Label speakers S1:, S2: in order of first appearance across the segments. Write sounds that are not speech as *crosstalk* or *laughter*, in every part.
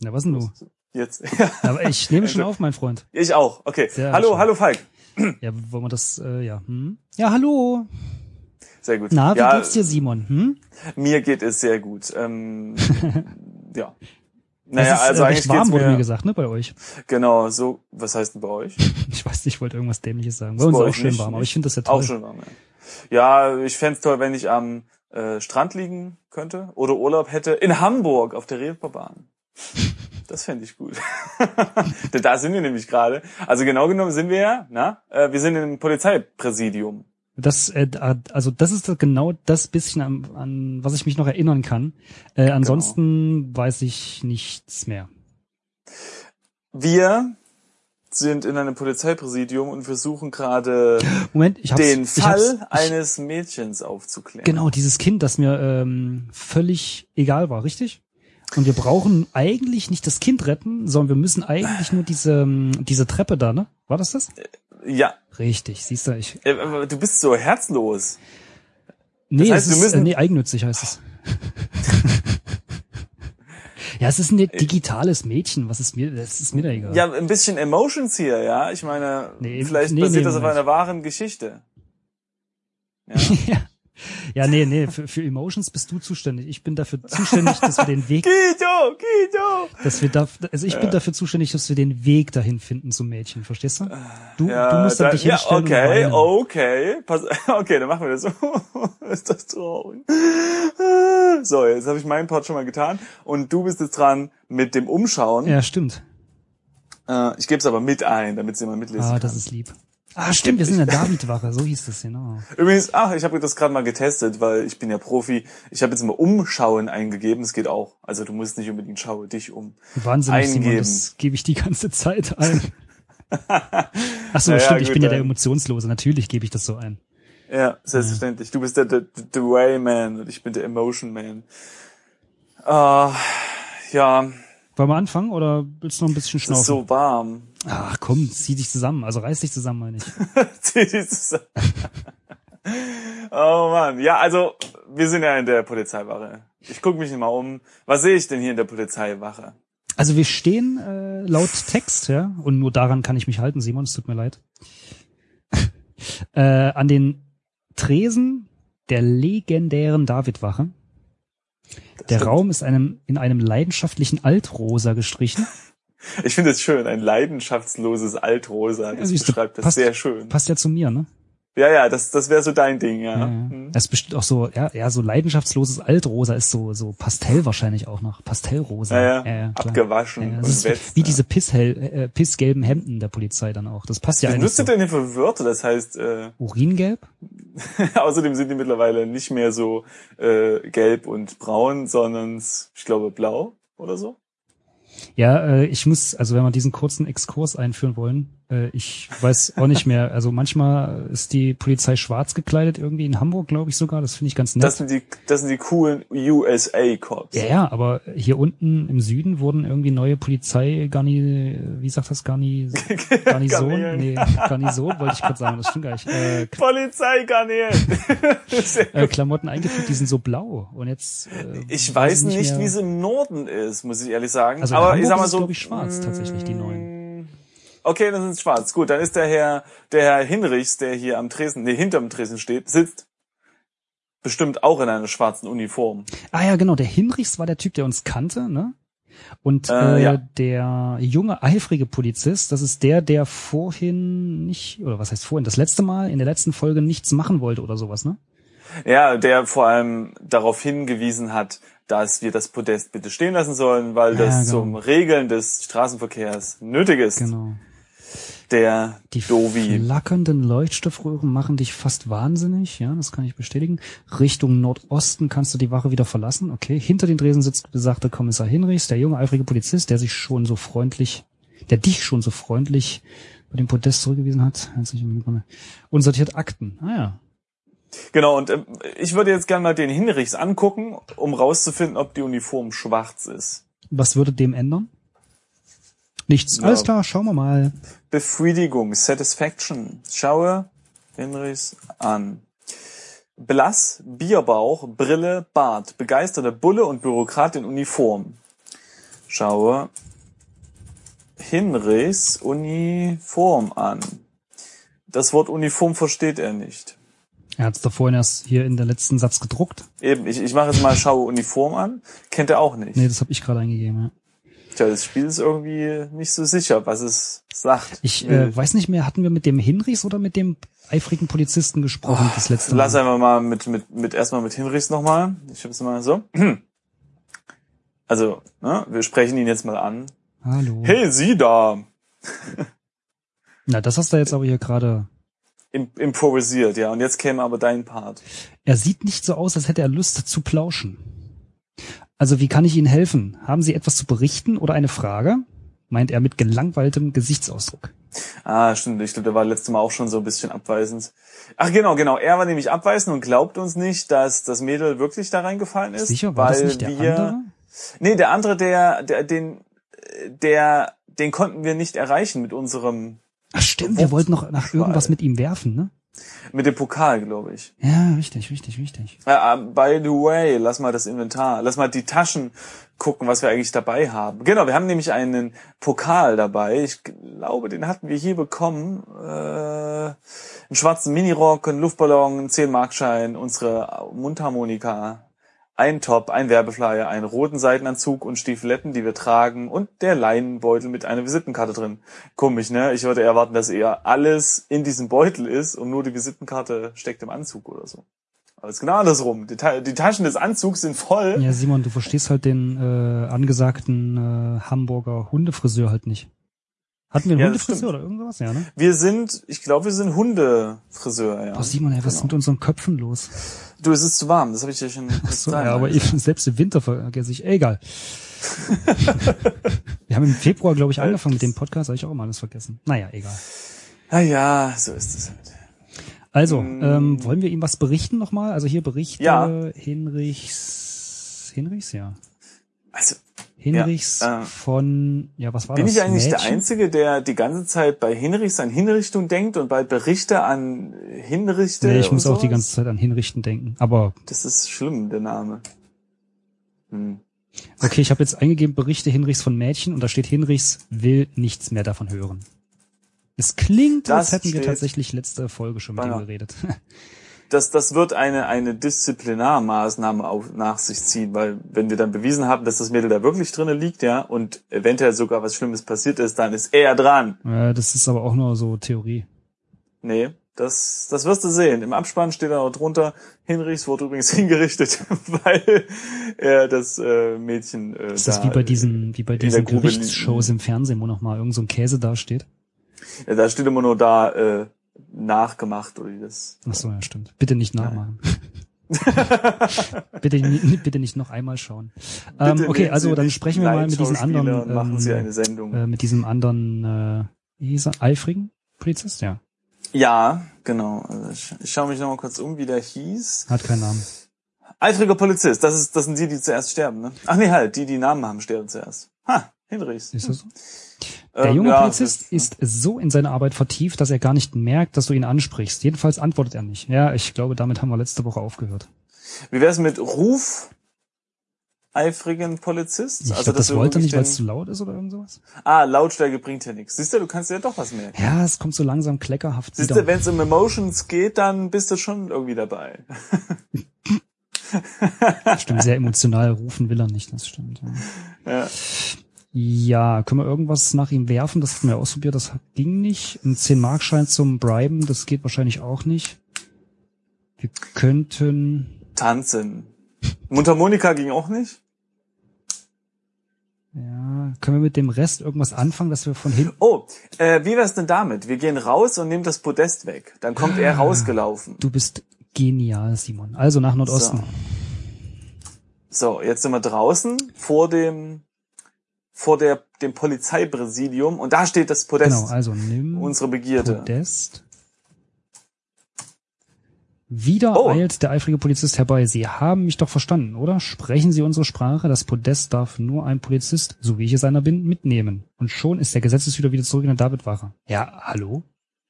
S1: Na, was denn du?
S2: Jetzt. *laughs*
S1: Na, aber ich nehme
S2: Also
S1: schon auf, mein Freund.
S2: ich auch. Okay.
S1: Sehr
S2: hallo,
S1: schön.
S2: hallo Falk.
S1: Ja, wollen wir das, äh, ja. Hm? Ja, hallo.
S2: Sehr gut.
S1: Na, wie
S2: ja,
S1: geht's dir, Simon? Hm?
S2: Mir geht es sehr gut.
S1: *laughs*
S2: Ähm, ja.
S1: Es
S2: Naja,
S1: ist, äh,
S2: also eigentlich
S1: recht warm,
S2: geht's
S1: wurde
S2: mir,
S1: mir gesagt, ne, bei euch. *laughs*
S2: Genau, so, was heißt denn bei euch?
S1: Ich weiß nicht, ich wollte irgendwas Dämliches sagen. Bei
S2: Ist
S1: uns
S2: bei
S1: auch
S2: euch
S1: schön
S2: nicht,
S1: warm, aber
S2: nicht?
S1: ich finde das ja
S2: Auch
S1: toll.
S2: schon warm, ja. Ja, ich fänd's toll, wenn ich am äh, Strand liegen könnte oder Urlaub hätte in Hamburg auf
S1: *laughs*
S2: der Reeperbahn. Das fände ich gut. *laughs* Denn da sind wir nämlich gerade. Also genau genommen sind wir ja, na, äh, wir sind im Polizeipräsidium.
S1: Das, äh, da- also das ist das- genau das bisschen, an, an was ich mich noch erinnern kann. Äh,
S2: Genau.
S1: ansonsten weiß ich nichts mehr.
S2: Wir sind in einem Polizeipräsidium und versuchen gerade
S1: Moment, ich hab's.
S2: den
S1: ich hab's,
S2: Fall eines Mädchens aufzuklären.
S1: Genau, dieses Kind, das mir ähm, völlig egal war, richtig? Und wir brauchen eigentlich nicht das Kind retten, sondern wir müssen eigentlich nur diese, ähm, diese Treppe da, ne? War das das?
S2: Ja,
S1: Richtig, siehst du, ich.
S2: äh, aber du bist so herzlos.
S1: Nee,
S2: heißt,
S1: es
S2: wir
S1: ist, äh,
S2: müssen-
S1: nee eigennützig heißt
S2: *laughs*
S1: es. ja, es ist ein digitales Mädchen, was ist mir, das ist mir da egal.
S2: Äh, Ja, ein bisschen Emotions hier, ja. Ich meine,
S1: Nee,
S2: vielleicht
S1: nee,
S2: basiert
S1: nee,
S2: das auf
S1: Moment.
S2: einer wahren Geschichte. Ja.
S1: ja, nee, nee, für, für Emotions bist du zuständig. Ich bin dafür zuständig, dass wir den
S2: *laughs*
S1: Weg,
S2: Guido, Guido!
S1: dass wir da, also ich bin dafür zuständig, dass wir den Weg dahin finden zum Mädchen, verstehst du? Du, du musst dann dich
S2: ja,
S1: hinstellen
S2: okay, Oh,
S1: und weinen.
S2: okay. Pass, *laughs* okay, dann machen wir das so. *laughs* Ist das traurig. *laughs* So, jetzt habe ich meinen Part schon mal getan. Und du bist jetzt dran mit dem Umschauen.
S1: Ja, stimmt.
S2: Äh, ich gebe es aber mit ein, damit es jemand mitlesen
S1: Ah,
S2: kann.
S1: das ist lieb. Ah, stimmt, wir sind in der Davidwache, so hieß das genau.
S2: Übrigens, ach, ich habe das gerade mal getestet, weil ich bin ja Profi. Ich habe jetzt mal Umschauen eingegeben, es geht auch. Also du musst nicht unbedingt schaue dich um.
S1: Wahnsinnig, Simon,
S2: Eingeben.
S1: das gebe ich die ganze Zeit ein. Ach
S2: *laughs*
S1: so,
S2: Naja,
S1: stimmt, ich
S2: gut,
S1: bin ja der
S2: dann.
S1: Emotionslose, natürlich gebe ich das so ein.
S2: Ja, selbstverständlich. Du bist der, der, der Wayman und ich bin der Emotion Man. Ah, ja,
S1: Wollen wir anfangen oder willst du noch ein bisschen
S2: es
S1: schnaufen?
S2: ist so warm. *laughs*
S1: Ach komm, zieh dich zusammen, also reiß dich zusammen, meine ich.
S2: Zieh die zusammen. *laughs* oh Mann. Ja, also wir sind ja in der Polizeiwache. Ich gucke mich mal um. Was sehe ich denn hier in der Polizeiwache?
S1: Also wir stehen äh, laut Text, ja, und nur daran kann ich mich halten, Simon, es tut mir leid. *laughs* äh, an den Tresen der legendären Davidwache. Der
S2: stimmt.
S1: Raum ist einem in einem leidenschaftlichen Altrosa gestrichen.
S2: Ich finde es schön, ein leidenschaftsloses Altrosa. Das
S1: siehst du,
S2: beschreibt das
S1: Also passt-
S2: sehr schön.
S1: Passt ja zu mir, ne?
S2: Ja, ja, das, das wäre so dein Ding, ja.
S1: Ja, ja.
S2: Hm.
S1: Das ist bestimmt auch so, ja, ja, so leidenschaftsloses Altrosa ist so so Pastell wahrscheinlich auch noch, Pastellrosa.
S2: Ja, ja.
S1: klar.
S2: Abgewaschen
S1: Ja, das
S2: und
S1: ist
S2: wetzt.
S1: wie
S2: ja.
S1: diese pisshell, äh, pissgelben Hemden der Polizei dann auch. Das passt ja
S2: Was
S1: eigentlich.
S2: nutzt
S1: So.
S2: ihr denn hier für Wörter? Das heißt, äh, *laughs*
S1: Uringelb?
S2: außerdem sind die mittlerweile nicht mehr so äh, gelb und braun, sondern s- ich glaube blau oder so.
S1: Ja, äh, ich muss, also wenn wir diesen kurzen Exkurs einführen wollen, äh, ich weiß auch nicht mehr. Also manchmal ist die Polizei schwarz gekleidet, irgendwie in Hamburg, glaube ich sogar. Das finde ich ganz nett.
S2: Das sind die, das sind die coolen USA Cops.
S1: ja, ja, aber hier unten im Süden wurden irgendwie neue Polizei, Garni, wie sagt das,
S2: *laughs*
S1: Garni, Garnison?
S2: Garnelen.
S1: nee, Garnison wollte ich gerade sagen, das stimmt gar nicht. Äh,
S2: Polizei Garnelen.
S1: äh, Klamotten eingefügt, die sind so blau. Und jetzt. Äh,
S2: Ich weiß nicht,
S1: mehr-
S2: wie es im Norden ist, muss ich ehrlich sagen.
S1: Also in
S2: Aber
S1: Hamburg
S2: ich sag mal
S1: ist es,
S2: so,
S1: glaub ich, schwarz tatsächlich, die neuen.
S2: mm, Okay, dann sind es schwarz. Gut, dann ist der Herr, der Herr Hinrichs, der hier am Tresen, nee, hinterm Tresen steht, sitzt bestimmt auch in einer schwarzen Uniform.
S1: Ah ja, genau, der Hinrichs war der Typ, der uns kannte, ne? Und äh,
S2: Äh, ja.
S1: der junge, eifrige Polizist, das ist der, der vorhin nicht, oder was heißt vorhin, das letzte Mal in der letzten Folge nichts machen wollte oder sowas, ne?
S2: Ja, der vor allem darauf hingewiesen hat, dass wir das Podest bitte stehen lassen sollen, weil
S1: Ja,
S2: das
S1: genau.
S2: zum Regeln des Straßenverkehrs nötig ist.
S1: Genau.
S2: Der
S1: Die
S2: Dovi.
S1: flackernden Leuchtstoffröhren machen dich fast wahnsinnig, ja, das kann ich bestätigen. Richtung Nordosten kannst du die Wache wieder verlassen, okay. Hinter den Dresen sitzt besagter Kommissar Hinrichs, der junge, eifrige Polizist, der sich schon so freundlich, der dich schon so freundlich bei dem Podest zurückgewiesen hat. Herzlich willkommen. Und sortiert Akten. Ah ja.
S2: Genau, und ähm, ich würde jetzt gerne mal den Hinrichs angucken, um rauszufinden, ob die Uniform schwarz ist.
S1: Was würde dem ändern? Nichts.
S2: Ja.
S1: Alles klar, schauen wir mal.
S2: Befriedigung, Satisfaction. Schaue Hinrichs an. Blass, Bierbauch, Brille, Bart, begeisterter Bulle und Bürokrat in Uniform. schaue Hinrichs Uniform an. Das Wort Uniform versteht er nicht.
S1: Er hat es da vorhin erst hier in der letzten Satz gedruckt.
S2: Eben, ich, ich mache jetzt mal schaue Uniform an. Kennt er auch nicht.
S1: Nee, das habe ich gerade eingegeben. Ja.
S2: Tja, das Spiel ist irgendwie nicht so sicher, was es sagt. Hm.
S1: Ich äh, weiß nicht mehr, hatten wir mit dem Hinrichs oder mit dem eifrigen Polizisten gesprochen das letzte Mal?
S2: Lass einfach mal mit, mit, mit erstmal mit Hinrichs nochmal. Ich hab's mal so. *clears throat* Also, ne, wir sprechen ihn jetzt mal an.
S1: Hallo.
S2: Hey, Sie da!
S1: Na, das hast du jetzt aber hier gerade.
S2: Im, improvisiert, ja. Und jetzt käme aber dein Part.
S1: Er sieht nicht so aus, als hätte er Lust zu plauschen. Also, wie kann ich Ihnen helfen? Haben Sie etwas zu berichten oder eine Frage? meint er mit gelangweiltem Gesichtsausdruck.
S2: Ah, stimmt. Ich glaube, der war letztes Mal auch schon so ein bisschen abweisend. Ach genau, genau. Er war nämlich abweisend und glaubt uns nicht, dass das Mädel wirklich da reingefallen ist.
S1: Sicher war
S2: weil
S1: das nicht der
S2: wir,
S1: andere?
S2: Nee, der andere, der, der, den, der, den konnten wir nicht erreichen mit unserem,
S1: Ach stimmt, wir wollten noch nach irgendwas mit ihm werfen, ne?
S2: mit dem Pokal, glaube ich.
S1: Ja, richtig, richtig, richtig.
S2: Ja, ah, by the way, lass mal das Inventar, lass mal die Taschen gucken, was wir eigentlich dabei haben. Genau, wir haben nämlich einen Pokal dabei. Ich glaube, den hatten wir hier bekommen. Äh, einen schwarzen Minirock, einen Luftballon, einen 10-Markschein, unsere Mundharmonika, ein Top, ein Werbeflyer, einen roten Seitenanzug und Stiefeletten, die wir tragen und der Leinenbeutel mit einer Visitenkarte drin. Komisch, ne? Ich würde erwarten, dass eher alles in diesem Beutel ist und nur die Visitenkarte steckt im Anzug oder so. Aber es ist genau andersrum. Die, Ta die Taschen des Anzugs sind voll.
S1: Ja, Simon, du verstehst halt den äh, angesagten äh, Hamburger Hundefriseur halt nicht. Hatten wir einen
S2: Ja, das
S1: Hundefriseur
S2: stimmt.
S1: oder irgendwas? Ja, ne?
S2: Wir sind, ich glaube, wir sind Hundefriseur, ja.
S1: Oh, Simon, ey, was
S2: genau.
S1: ist mit unseren Köpfen los?
S2: Du, es ist zu warm, das habe ich dir schon
S1: So,
S2: dreimal
S1: ja, aber
S2: gesagt. ne?
S1: eben, *laughs* selbst im Winter vergesse ich.
S2: *laughs*
S1: Egal. wir haben im Februar, glaube ich, angefangen mit dem Podcast, habe ich auch immer alles vergessen. Naja, egal.
S2: Ah ja, so ist es halt.
S1: Also,
S2: Mm.
S1: ähm, wollen wir ihm was berichten nochmal? Also hier Berichte
S2: Ja.
S1: Hinrichs, Hinrichs, ja.
S2: Also,
S1: Hinrichs
S2: Ja, äh,
S1: von, ja, was war
S2: Bin
S1: das?
S2: ich eigentlich der
S1: Mädchen?
S2: Einzige, der die ganze Zeit bei Hinrichs an Hinrichtung denkt und bei Berichte an Hinrichte?
S1: Nee, ich
S2: und
S1: muss auch die
S2: sowas?
S1: ganze Zeit an Hinrichten denken. Aber
S2: Das ist schlimm, der Name. Hm.
S1: okay, ich habe jetzt eingegeben Berichte Hinrichs von Mädchen und da steht Hinrichs will nichts mehr davon hören. Es klingt, als
S2: Das
S1: hätten wir
S2: steht-
S1: tatsächlich letzte Folge schon mit ihm
S2: Beinahe.
S1: geredet. *laughs*
S2: Das, das wird eine, eine Disziplinarmaßnahme auf, nach sich ziehen, weil wenn wir dann bewiesen haben, dass das Mädel da wirklich drinnen liegt, ja, und eventuell sogar was Schlimmes passiert ist, dann ist er dran.
S1: äh, das ist aber auch nur so Theorie.
S2: Nee, das, das wirst du sehen. Im Abspann steht da noch drunter, Hinrichs wurde übrigens *laughs* hingerichtet, weil er das äh, Mädchen äh,
S1: Das
S2: da,
S1: ist wie bei diesen, wie bei
S2: in der
S1: diesen
S2: Grube
S1: Gerichtsshows im Fernsehen, wo nochmal irgend so ein Käse dasteht.
S2: Ja, da steht immer nur da äh, nachgemacht oder wie das.
S1: Ach so, ja, stimmt. Bitte nicht nachmachen. *laughs* bitte, ni- bitte nicht noch einmal schauen. Ähm,
S2: Bitte
S1: okay,
S2: nehmen
S1: also
S2: Sie
S1: dann
S2: nicht
S1: sprechen wir mal mit diesen
S2: Laienschauspieler
S1: anderen.
S2: und machen
S1: ähm,
S2: Sie eine Sendung.
S1: äh, mit diesem anderen, äh, wie hieß er, eifrigen Polizist, ja.
S2: ja, genau. Also ich, ich schaue mich nochmal kurz um, wie der hieß.
S1: Hat keinen Namen.
S2: Eifriger Polizist, das ist das sind die, die zuerst sterben, ne? Ach nee, halt, die, die Namen haben, sterben zuerst. Ha, Hinrichs.
S1: Ist das so?
S2: Ähm,
S1: Der junge
S2: ja,
S1: Polizist
S2: das-
S1: ist so in seine Arbeit vertieft, dass er gar nicht merkt, dass du ihn ansprichst. Jedenfalls antwortet er nicht. Ja, ich glaube, damit haben wir letzte Woche aufgehört.
S2: Wie wär's mit Ruf? Eifrigen Polizist?
S1: Ich glaube, das
S2: dass wir
S1: wollte er nicht,
S2: wirklich
S1: weil
S2: Also den-
S1: es zu laut ist oder irgend
S2: *laughs*
S1: sowas.
S2: Ah, Lautstärke bringt hier nichts. Siehst du, du kannst dir ja doch was merken.
S1: Ja, es kommt so langsam kleckerhaft
S2: Siehst du,
S1: wieder.
S2: wenn es um Emotions geht, dann bist du schon irgendwie dabei.
S1: Stimmt, sehr emotional rufen will er nicht, das stimmt. Ja.
S2: *laughs* Ja.
S1: Ja, können wir irgendwas nach ihm werfen? Das hatten wir ausprobiert, das hat- ging nicht. Ein 10-Mark-Schein zum Briben, das geht wahrscheinlich auch nicht. Wir könnten,
S2: Tanzen. Mundharmonika ging auch nicht.
S1: ja, können wir mit dem Rest irgendwas anfangen, dass wir von hinten,
S2: Oh, äh, wie wär's denn damit? Wir gehen raus und nehmen das Podest weg. Dann kommt
S1: Ah.
S2: er rausgelaufen.
S1: du bist genial, Simon. Also nach Nordosten.
S2: So. So, jetzt sind wir draußen vor dem vor der dem Polizeipräsidium und da steht das Podest.
S1: genau, also nimm
S2: unsere Begierde.
S1: Podest. Wieder
S2: Oh.
S1: eilt der eifrige Polizist herbei. Sie haben mich doch verstanden, oder? Sprechen Sie unsere Sprache. Das Podest darf nur ein Polizist, so wie ich es einer bin, mitnehmen. Und schon ist der Gesetzeshüter wieder zurück in der Davidwache. Ja, hallo?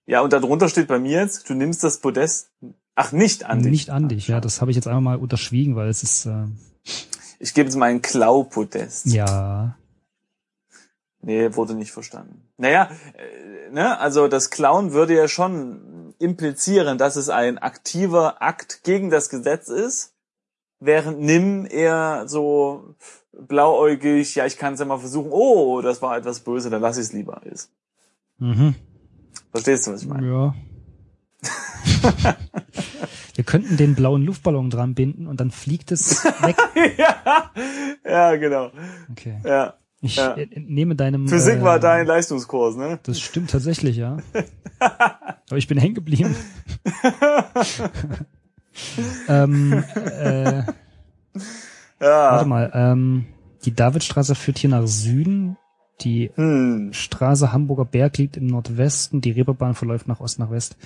S2: Ja, und darunter steht bei mir jetzt, du nimmst das Podest ach nicht an dich.
S1: Nicht an dich. Ja, das habe ich jetzt einmal mal unterschwiegen, weil es ist, äh,
S2: Ich gebe jetzt meinen Klaupodest.
S1: ja,
S2: Nee, wurde nicht verstanden. Naja, äh, ne, also das Klauen würde ja schon implizieren, dass es ein aktiver Akt gegen das Gesetz ist, während Nimm eher so blauäugig, ja, ich kann es ja mal versuchen, oh, das war etwas böse, dann lass ich es lieber ist.
S1: Mhm.
S2: Verstehst du, was ich meine?
S1: Ja. Wir könnten den blauen Luftballon dran binden und dann fliegt es
S2: *laughs*
S1: weg.
S2: ja, *laughs* ja, genau.
S1: Okay.
S2: Ja.
S1: Ich
S2: Ja.
S1: äh, nehme deinem.
S2: Physik
S1: äh,
S2: war dein Leistungskurs, ne?
S1: Das stimmt tatsächlich,
S2: *laughs*
S1: ja. Aber ich bin hängen geblieben. ähm, äh,
S2: Ja.
S1: Warte mal. Ähm, die Davidstraße führt hier nach Süden. Die
S2: Hm.
S1: Straße Hamburger Berg liegt im Nordwesten, die Reeperbahn verläuft nach Ost nach West.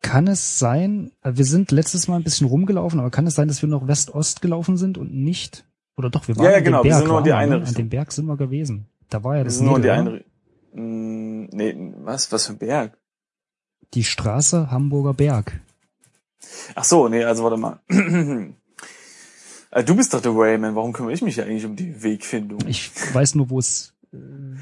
S1: Kann es sein, äh, wir sind letztes Mal ein bisschen rumgelaufen, aber kann es sein, dass wir noch West-Ost gelaufen sind und nicht? Oder doch, wir waren
S2: Ja, ja,
S1: an dem
S2: genau, wir
S1: Berg,
S2: sind nur
S1: waren
S2: in die eine
S1: ne? an
S2: Richtung.
S1: dem Berg sind wir gewesen. Da war ja
S2: Das
S1: das
S2: ist nur
S1: Mädel,
S2: die
S1: oder?
S2: eine. Hm, nee, was, was für ein Berg?
S1: die Straße Hamburger Berg.
S2: Ach so, nee, also warte mal. *clears throat* Äh, Du bist doch der Rayman, warum kümmere ich mich ja eigentlich um die Wegfindung?
S1: Ich weiß nur, wo es äh,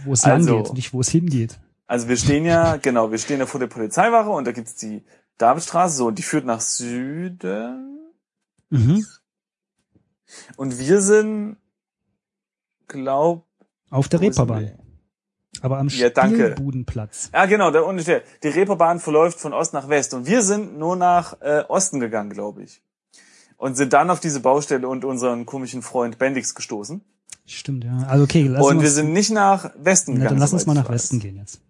S1: wo es
S2: Also.
S1: langgeht, nicht wo es hingeht.
S2: Also wir stehen ja, genau, wir stehen ja vor der Polizeiwache und da gibt's die Davidstraße, so, und die führt nach Süden.
S1: Mhm.
S2: Und wir sind, glaub,
S1: Auf der
S2: Wo sind
S1: Reeperbahn,
S2: wir?
S1: aber am
S2: Ja, danke.
S1: Spielbudenplatz.
S2: Ja, genau, da unten steht, die Reeperbahn verläuft von Ost nach West und wir sind nur nach äh, Osten gegangen, glaube ich. Und sind dann auf diese Baustelle und unseren komischen Freund Bendix gestoßen.
S1: Stimmt, ja. Also okay, lass
S2: und
S1: uns,
S2: wir sind nicht nach Westen
S1: na,
S2: gegangen.
S1: dann lass uns
S2: soweit
S1: mal
S2: ich
S1: nach
S2: weiß.
S1: Westen gehen jetzt.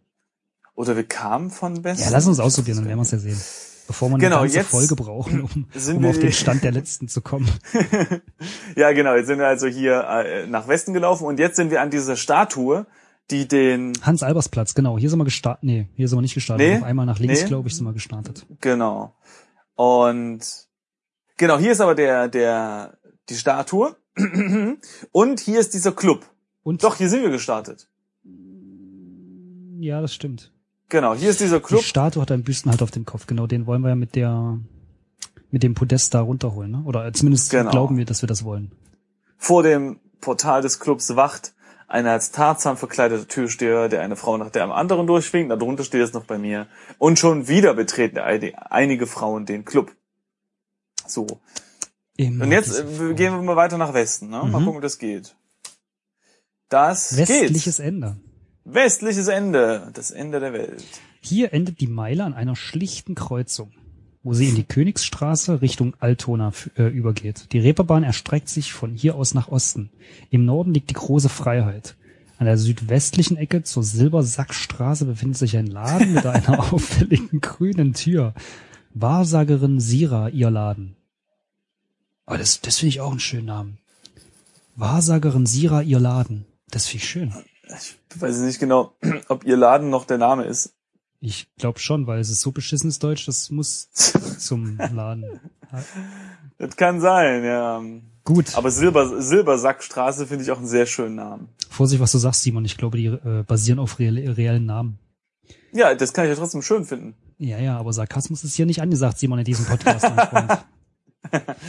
S2: Oder wir kamen von Westen.
S1: Ja, lass uns
S2: Ich
S1: ausprobieren,
S2: weiß
S1: dann werden wir es
S2: es
S1: ja sehen. Bevor wir
S2: Genau,
S1: eine ganze
S2: jetzt
S1: Folge brauchen, um,
S2: sind
S1: um
S2: wir-
S1: auf den Stand der letzten zu kommen.
S2: gar nicht. *laughs* ja, genau. Jetzt sind wir also hier äh, nach Westen gelaufen und jetzt sind wir an dieser Statue, die den
S1: Hans-Albers-Platz, genau. Hier sind wir gestartet. Nee, hier sind wir nicht gestartet.
S2: Nee,
S1: auf einmal nach links,
S2: nee.
S1: glaube ich, sind wir gestartet.
S2: Genau. Und genau, hier ist aber der, der, die Statue. *clears throat* Und hier ist dieser Club.
S1: Und
S2: Doch, hier sind wir gestartet.
S1: ja, das stimmt.
S2: Genau, hier ist dieser
S1: Die
S2: Club.
S1: Statue hat einen Büstenhalt auf dem Kopf, genau. Den wollen wir ja mit der mit dem Podest da runterholen, ne? Oder zumindest
S2: Genau.
S1: glauben wir, dass wir das wollen.
S2: Vor dem Portal des Clubs wacht ein als Tarzan verkleideter Türsteher, der eine Frau nach der anderen durchschwingt. Darunter steht es noch bei mir. Und schon wieder betreten ein- einige Frauen den Club. So.
S1: Immer
S2: Und jetzt
S1: diese
S2: äh,
S1: Frage.
S2: gehen wir mal weiter nach Westen. Ne? Mal
S1: Mhm.
S2: gucken, ob das geht. Das geht.
S1: Westliches Ende.
S2: Westliches Ende, das Ende der Welt.
S1: Hier endet die Meile an einer schlichten Kreuzung, wo sie in die Königsstraße Richtung Altona f- äh, übergeht. Die Reeperbahn erstreckt sich von hier aus nach Osten. Im Norden liegt die große Freiheit. An der südwestlichen Ecke zur Silbersackstraße befindet sich ein Laden mit einer auffälligen grünen Tür. Wahrsagerin Sira, ihr Laden. Aber das, das finde ich auch einen schönen Namen. Wahrsagerin Sira, ihr Laden. Das finde ich schön.
S2: Ich weiß nicht genau, *clears throat* ob ihr Laden noch der Name ist. *laughs*
S1: Ich glaube schon, weil es ist so beschissenes Deutsch, das muss zum Laden.
S2: Das kann sein, ja.
S1: Gut,
S2: Aber Silber, Silbersackstraße finde ich auch einen sehr schönen Namen.
S1: Vorsicht, was du sagst, Simon. Ich glaube, die äh, basieren auf reelle, reellen Namen.
S2: Ja, das kann ich ja trotzdem schön finden.
S1: Ja, ja, aber Sarkasmus ist hier nicht angesagt, Simon, in diesem Podcast. mein Freund.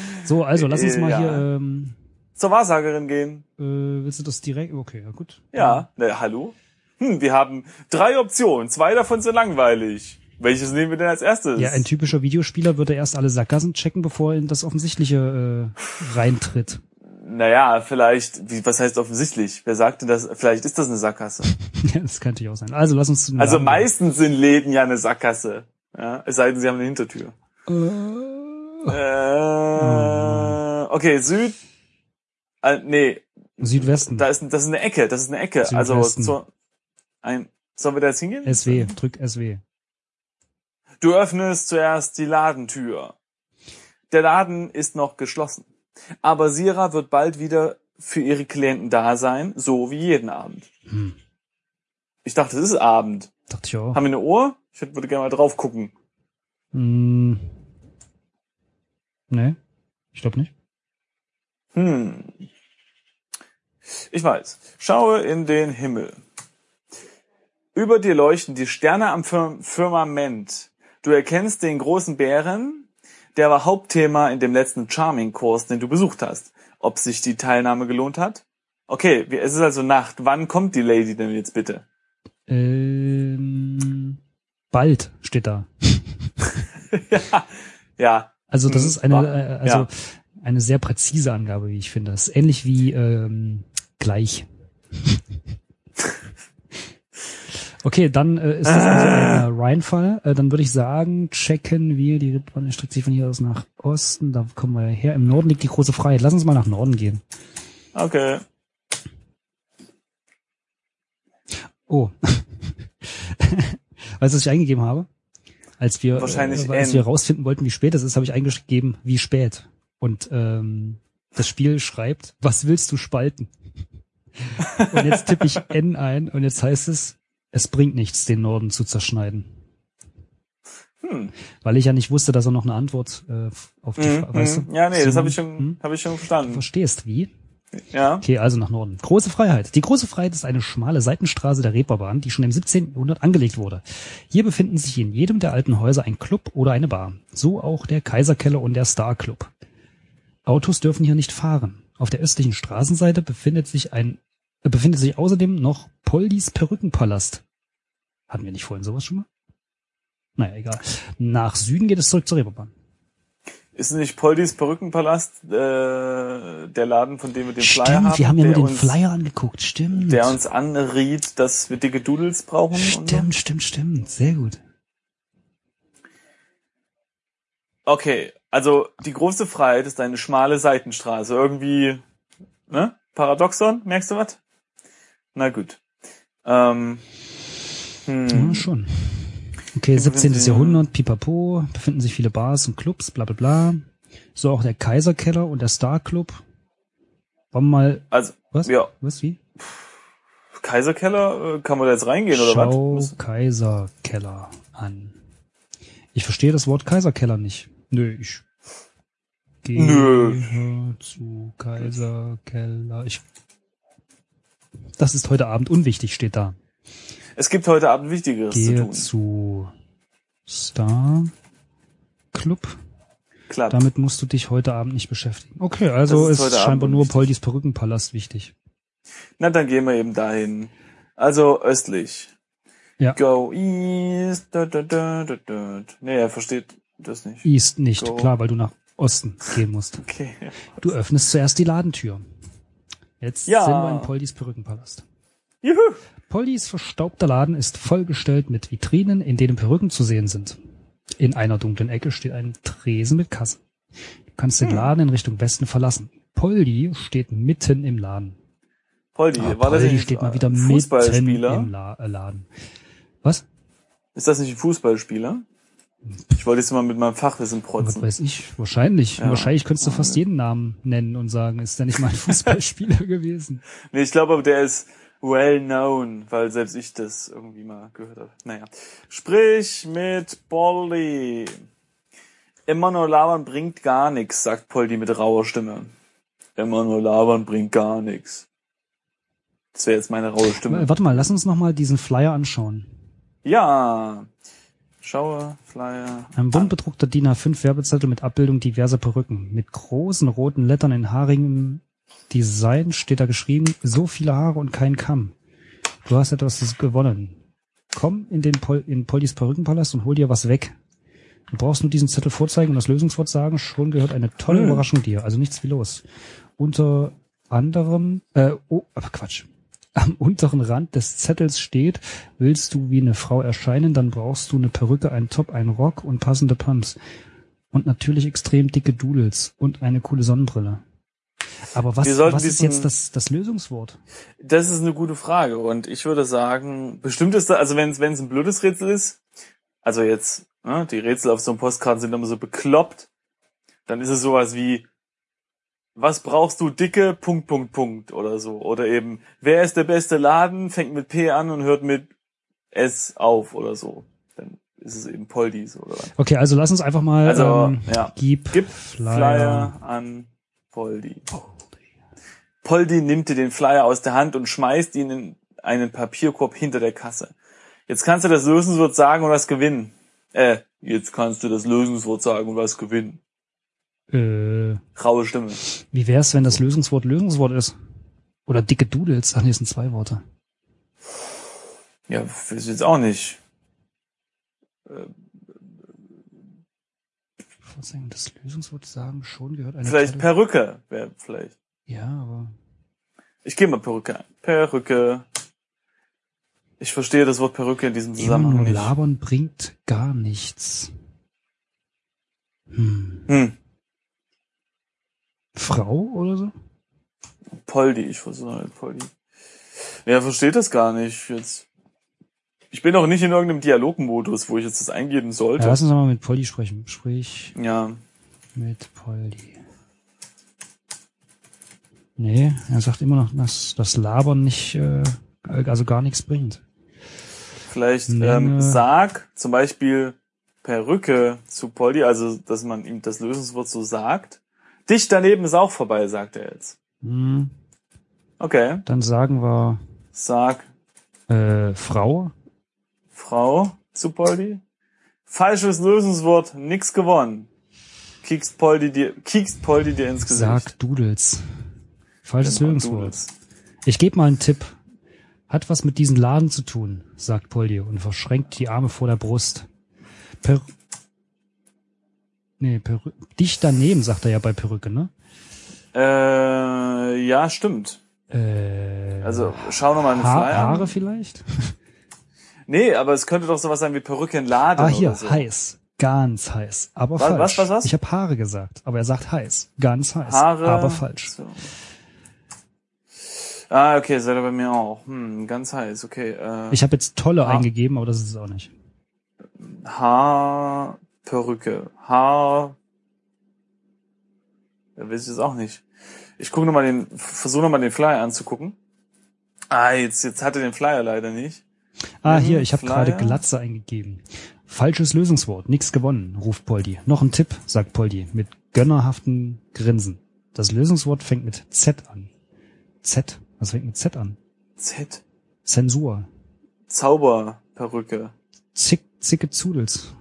S2: *laughs*
S1: so, also lass uns mal
S2: Ja.
S1: hier. Ähm,
S2: Zur Wahrsagerin gehen.
S1: äh, willst du das direkt? Okay, ja gut.
S2: Ja.
S1: Mhm.
S2: Na, hallo? Hm, wir haben drei Optionen. Zwei davon sind langweilig. Welches nehmen wir denn als erstes?
S1: Ähm, Ja, ein typischer Videospieler würde erst alle Sackgassen checken, bevor er in das Offensichtliche äh, reintritt. *laughs*
S2: Naja, vielleicht, wie, was heißt offensichtlich? Wer sagt denn das? Vielleicht ist das eine Sackgasse.
S1: ja, das könnte ich auch sein. Also lass uns zu den
S2: Also
S1: Namen
S2: meistens sind Läden ja eine Sackgasse. Ja, es sei denn, sie haben eine Hintertür.
S1: gehen.
S2: Äh, okay, Süd. Äh, nee,
S1: Äh, Südwesten.
S2: da ist, das ist eine Ecke, das ist eine Ecke. Also
S1: Südwesten.
S2: zur, ein, sollen wir da jetzt hingehen?
S1: SW, drück SW.
S2: Du öffnest zuerst die Ladentür. Der Laden ist noch geschlossen. Aber Sira wird bald wieder für ihre Klienten da sein, so wie jeden Abend.
S1: Hm.
S2: Ich dachte, es ist Abend.
S1: Dachte ich auch.
S2: Haben wir eine Uhr? Ich hätte- würde gerne mal drauf gucken.
S1: Hm. Nee, ich glaube nicht.
S2: Hm. Ich weiß. Schaue in den Himmel. Über dir leuchten die Sterne am Fir- Firmament. Du erkennst den großen Bären. Der war Hauptthema in dem letzten Charming-Kurs, den du besucht hast. Ob sich die Teilnahme gelohnt hat? Okay, wir- es ist also Nacht. Wann kommt die Lady denn jetzt bitte?
S1: Ähm, bald steht da.
S2: ja, ja,
S1: Also das
S2: Mhm,
S1: ist eine,
S2: war-
S1: äh, also
S2: ja.
S1: eine sehr präzise Angabe, wie ich finde. Das ist ähnlich wie ähm, *laughs* gleich. Okay, dann äh, ist das also ein äh, Rheinfall. Äh, dann würde ich sagen, checken wir, die Ribbahn streckt sich von hier aus nach Osten, da kommen wir her. Im Norden liegt die große Freiheit. Lass uns mal nach Norden gehen.
S2: okay.
S1: Oh. *laughs* weißt du, was ich eingegeben habe? Als wir,
S2: Wahrscheinlich
S1: äh, als
S2: N.
S1: wir rausfinden wollten, wie spät es ist, habe ich eingegeben, wie spät. Und ähm, das Spiel schreibt, was willst du spalten? Und jetzt tippe ich N ein und jetzt heißt es, es bringt nichts, den Norden zu zerschneiden.
S2: Hm.
S1: Weil ich ja nicht wusste, dass er noch eine Antwort äh, auf die
S2: Mhm,
S1: Frage, weißt
S2: mhm.
S1: du?
S2: Ja, nee, das
S1: So,
S2: habe ich schon,
S1: hm?
S2: habe ich schon
S1: Du
S2: verstanden.
S1: verstehst, wie?
S2: Ja.
S1: Okay, also nach Norden. Große Freiheit. Die Große Freiheit ist eine schmale Seitenstraße der Reeperbahn, die schon im 17. Jahrhundert angelegt wurde. Hier befinden sich in jedem der alten Häuser ein Club oder eine Bar. So auch der Kaiserkeller und der Star Club. Autos dürfen hier nicht fahren. Auf der östlichen Straßenseite befindet sich ein äh, befindet sich außerdem noch Poldis Perückenpalast. Hatten wir nicht vorhin sowas schon mal? Naja, egal. Nach Süden geht es zurück zur Reeperbahn.
S2: Ist nicht Poldis Perückenpalast äh, der Laden, von dem wir den Flyer
S1: Stimmt,
S2: haben?
S1: wir haben ja
S2: der
S1: nur den
S2: uns,
S1: Flyer angeguckt. Stimmt.
S2: Der uns anriet, dass wir dicke Doodles brauchen. Und so?
S1: Stimmt, stimmt, stimmt. Sehr gut.
S2: Okay, also die große Freiheit ist eine schmale Seitenstraße. Irgendwie, ne? Paradoxon, merkst du was? Na gut. Ähm,
S1: Ja,
S2: hm,
S1: schon. Mhm. Okay,
S2: Im
S1: 17.
S2: Prinzip,
S1: Jahrhundert, pipapo, befinden sich viele Bars und Clubs, bla bla bla. So auch der Kaiserkeller und der Star Club. Wollen wir mal,
S2: also
S1: was?
S2: Ja.
S1: Was, wie?
S2: Kaiserkeller, äh, kann man da jetzt reingehen oder
S1: Schau
S2: was?
S1: Kaiserkeller an. Ich verstehe das Wort Kaiserkeller nicht. Nö, ich gehe
S2: Nö.
S1: zu Kaiserkeller. Ich, das ist heute Abend unwichtig, steht da.
S2: Es gibt heute Abend Wichtigeres zu
S1: Gehe
S2: tun.
S1: zu Star Club.
S2: Klappt.
S1: Damit musst du dich heute Abend nicht beschäftigen. Okay, also
S2: Das
S1: ist,
S2: ist heute
S1: scheinbar
S2: Abend
S1: nur
S2: wichtig.
S1: Poldis Perückenpalast wichtig.
S2: Na, dann gehen wir eben dahin. Also östlich.
S1: Ja.
S2: Go east. Da, da, da, da, da. Nee, er versteht das nicht.
S1: East nicht,
S2: Go.
S1: klar, weil du nach Osten gehen musst. *laughs*
S2: Okay.
S1: Du öffnest zuerst die Ladentür. Jetzt
S2: Ja.
S1: sind wir in Poldis Perückenpalast.
S2: Juhu.
S1: Poldis verstaubter Laden ist vollgestellt mit Vitrinen, in denen Perücken zu sehen sind. In einer dunklen Ecke steht ein Tresen mit Kassen. Du kannst den
S2: Hm.
S1: Laden in Richtung Westen verlassen. Poldi steht mitten im Laden.
S2: Poldi,
S1: Ah,
S2: war das
S1: Poldi
S2: nicht
S1: steht
S2: ein
S1: mal wieder mitten im
S2: Fußballspieler?
S1: La äh, Laden. Was?
S2: Ist das nicht ein Fußballspieler? Ich wollte jetzt mal mit meinem Fachwissen
S1: Was
S2: protzen.
S1: weiß ich, wahrscheinlich.
S2: Ja.
S1: Wahrscheinlich könntest du fast
S2: Ja.
S1: jeden Namen nennen und sagen, ist der nicht mal ein *laughs* Fußballspieler gewesen.
S2: Nee, ich glaube, aber der ist well known, weil selbst ich das irgendwie mal gehört habe. Naja. Sprich mit Poldi. Immer nur labern bringt gar nichts, sagt Poldi mit rauer Stimme. Immer nur labern bringt gar nichts. Das wäre jetzt meine raue Stimme.
S1: W- Äh, Warte mal, lass uns nochmal diesen Flyer anschauen.
S2: Ja. Schaue, Flyer.
S1: Ein bunt bedruckter DIN A5 Werbezettel mit Abbildung diverser Perücken. Mit großen roten Lettern in haarigem Design steht da geschrieben, so viele Haare und kein Kamm. Du hast etwas gewonnen. Komm in den Pol in Poldis Perückenpalast und hol dir was weg. Du brauchst nur diesen Zettel vorzeigen und das Lösungswort sagen. Schon gehört eine tolle
S2: Hm.
S1: Überraschung dir. Also nichts wie los. Unter anderem, äh, oh, ach, Quatsch. Am unteren Rand des Zettels steht, willst du wie eine Frau erscheinen, dann brauchst du eine Perücke, einen Top, einen Rock und passende Pumps. Und natürlich extrem dicke Doodles und eine coole Sonnenbrille. Aber was,
S2: Wir sollten
S1: was ist
S2: diesen-
S1: jetzt das, das Lösungswort?
S2: Das ist eine gute Frage und ich würde sagen, bestimmt ist da, also wenn es ein blödes Rätsel ist, also jetzt, ne, die Rätsel auf so einem Postkarten sind immer so bekloppt, dann ist es sowas wie, was brauchst du dicke, Punkt, Punkt, Punkt oder so. Oder eben, wer ist der beste Laden, fängt mit P an und hört mit S auf oder so. Dann ist es eben Poldis oder was.
S1: Okay, also lass uns einfach mal
S2: Also,
S1: ähm,
S2: ja.
S1: gib,
S2: Gib
S1: Flyer.
S2: Flyer an Poldi. Poldi nimmt dir den Flyer aus der Hand und schmeißt ihn in einen Papierkorb hinter der Kasse. Jetzt kannst du das Lösungswort sagen und was gewinnen. Äh, jetzt kannst du das Lösungswort sagen und was gewinnen.
S1: Äh,
S2: Raue Stimme.
S1: wie wär's, wenn das Lösungswort Lösungswort ist? Oder dicke Doodles. Ach nee, das sind zwei Worte.
S2: Ja, weiß jetzt auch nicht. Äh,
S1: Was sagen, das Lösungswort sagen schon gehört eine
S2: Vielleicht
S1: Teile-
S2: Perücke wäre vielleicht.
S1: Ja, aber
S2: Ich gehe mal Perücke ein. Perücke. Ich verstehe das Wort Perücke in diesem
S1: immer
S2: Zusammenhang
S1: nur
S2: nicht.
S1: labern bringt gar nichts. Hm.
S2: Hm,
S1: Frau oder so?
S2: Poldi, ich versuche Poldi. Ja, versteht das gar nicht jetzt. Ich bin auch nicht in irgendeinem Dialogmodus, wo ich jetzt das eingeben
S1: Ja,
S2: sollte.
S1: lass uns doch mal mit Polly sprechen. Sprich
S2: Ja,
S1: mit Polly. Nee, er sagt immer noch, dass das Labern nicht, äh, also gar nichts bringt.
S2: vielleicht ähm,
S1: Nenne-
S2: sag zum Beispiel Perücke zu Poldi, also dass man ihm das Lösungswort so sagt. Dich daneben ist auch vorbei, sagt er jetzt.
S1: Hm.
S2: Okay,
S1: Dann sagen wir
S2: sag
S1: äh, Frau.
S2: Frau zu Poldi. Falsches Lösungswort, nix gewonnen. Kiekst Poldi dir, kiekst Poldi dir ins Gesicht.
S1: Sag Doodles. Falsches
S2: Genau,
S1: Lösungswort.
S2: Doodles.
S1: Ich gebe mal einen Tipp. Hat was mit diesem Laden zu tun, sagt Polly und verschränkt die Arme vor der Brust. Per nee, Perü dich daneben, sagt er ja bei Perücke, ne?
S2: Äh, ja, stimmt.
S1: Äh,
S2: Also, schau nochmal einen
S1: ha
S2: Flyer an.
S1: Haare vielleicht?
S2: Nee, aber es könnte doch sowas sein wie Perücke in Laden.
S1: Ah, hier,
S2: oder so.
S1: heiß. Ganz heiß. Aber
S2: also. Was- was-
S1: falsch.
S2: was- was?
S1: Ich habe Haare gesagt, aber er sagt heiß. Ganz heiß.
S2: Haare.
S1: Aber falsch.
S2: So. Ah, okay, seid ihr bei mir auch. Hm, ganz heiß, okay. Äh,
S1: Ich habe jetzt tolle
S2: Ha-
S1: eingegeben, aber das ist es auch nicht.
S2: Haar, Perücke. Haar. Ja, weiß ich jetzt auch nicht. Ich gucke nochmal den, versuche nochmal den Flyer anzugucken. Ah, jetzt, jetzt hatte den Flyer leider nicht.
S1: Ah,
S2: Mhm,
S1: hier, ich habe
S2: Flyer.
S1: gerade Glatze eingegeben. Falsches Lösungswort, nix gewonnen, ruft Poldi. Noch ein Tipp, sagt Poldi, mit gönnerhaften Grinsen. Das Lösungswort fängt mit Z an. Z? Was fängt mit Z an?
S2: Z.
S1: Zensur.
S2: Zauberperücke.
S1: Zick, zicke Zudels.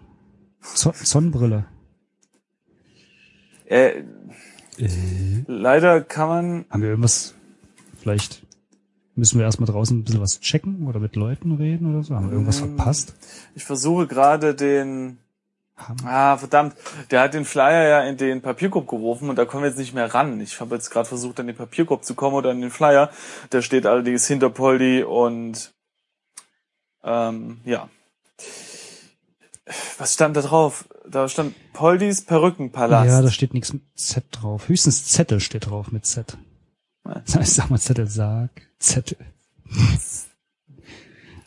S1: Zo Sonnenbrille.
S2: Äh, leider kann man,
S1: Haben wir irgendwas? Vielleicht müssen wir erstmal draußen ein bisschen was checken oder mit Leuten reden oder so. Haben wir irgendwas
S2: Mhm.
S1: verpasst?
S2: ich versuche gerade den,
S1: Haben
S2: ah, verdammt, der hat den Flyer ja in den Papierkorb geworfen und da kommen wir jetzt nicht mehr ran. Ich habe jetzt gerade versucht, an den Papierkorb zu kommen oder an den Flyer. Der steht allerdings hinter Poldi und, ähm, ja. Was stand da drauf? Da stand Poldis Perückenpalast.
S1: Ja, da steht nichts mit Z drauf. Höchstens Zettel steht drauf mit Z.
S2: Ja.
S1: Ich sag mal Zettel, sag Zettel.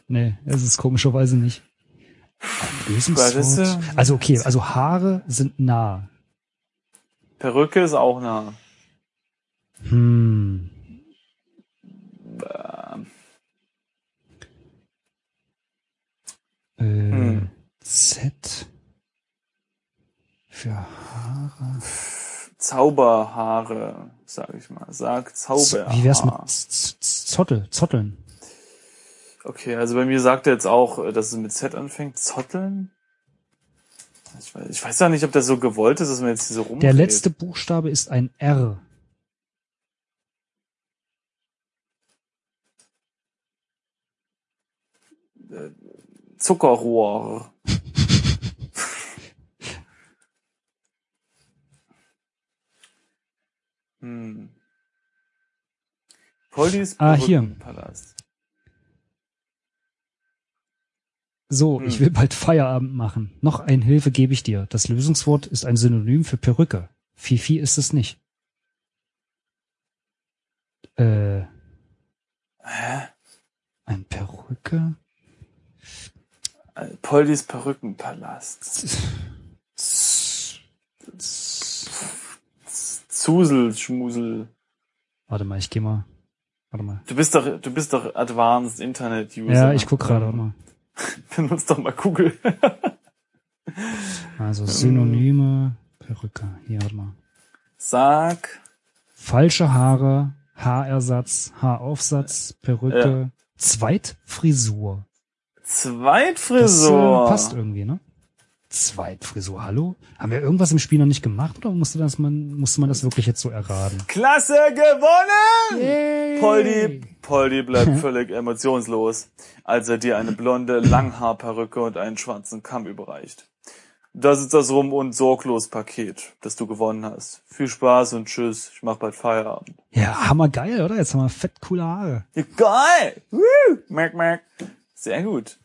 S1: nee, es ist komischerweise nicht. Ein
S2: Ja, das ähm, ist ja-
S1: Lösungswort. Also okay, also Haare sind nah.
S2: Perücke ist auch nah.
S1: Hm. Äh,
S2: Hm.
S1: Z für Haare.
S2: Zauberhaare, sag ich mal. Sag Zauberhaare.
S1: Wie wär's mit Z- Z- Z- Zottel, Zotteln?
S2: Okay, also bei mir sagt er jetzt auch, äh, dass es mit Z anfängt. Zotteln? Ich weiß, ich weiß ja nicht, ob das so gewollt ist, dass man jetzt hier so rumdreht.
S1: Der letzte Buchstabe ist ein R.
S2: Zuckerrohr. hm. Poldis
S1: Ah, hier.
S2: Palast.
S1: So,
S2: Hm.
S1: ich will bald Feierabend machen. Noch ein Hilfe gebe ich dir. Das Lösungswort ist ein Synonym für Perücke. Fifi ist es nicht. Äh,
S2: Hä?
S1: ein Perücke? *laughs*
S2: Äh, Poldis Perückenpalast. Zusel, Schmusel.
S1: Warte mal, ich geh mal. Warte mal.
S2: Du bist doch, du bist doch Advanced Internet User.
S1: Ja, ich guck gerade, warte mal.
S2: Benutzt doch mal Google.
S1: Also Synonyme, Perücke. Hier, warte mal.
S2: Sag
S1: Falsche Haare, Haarersatz, Haaraufsatz, Perücke, Zweitfrisur. Das, äh,
S2: Zweitfrisur.
S1: passt äh, irgendwie, ne? Zweitfrisur, hallo? Haben wir irgendwas im Spiel noch nicht gemacht oder musste, das man, musste man das wirklich jetzt so erraten?
S2: Klasse gewonnen!
S1: Yay!
S2: Poldi, Poldi bleibt völlig emotionslos, als er dir eine blonde Langhaarperücke und einen schwarzen Kamm überreicht. Das ist das Rum- und Sorglos-Paket, das du gewonnen hast. Viel Spaß und tschüss. Ich mach bald Feierabend.
S1: Ja, hammergeil, oder? Jetzt haben wir fett coole Haare.
S2: Ja, geil! Woo! Merk, merk. Sehr gut.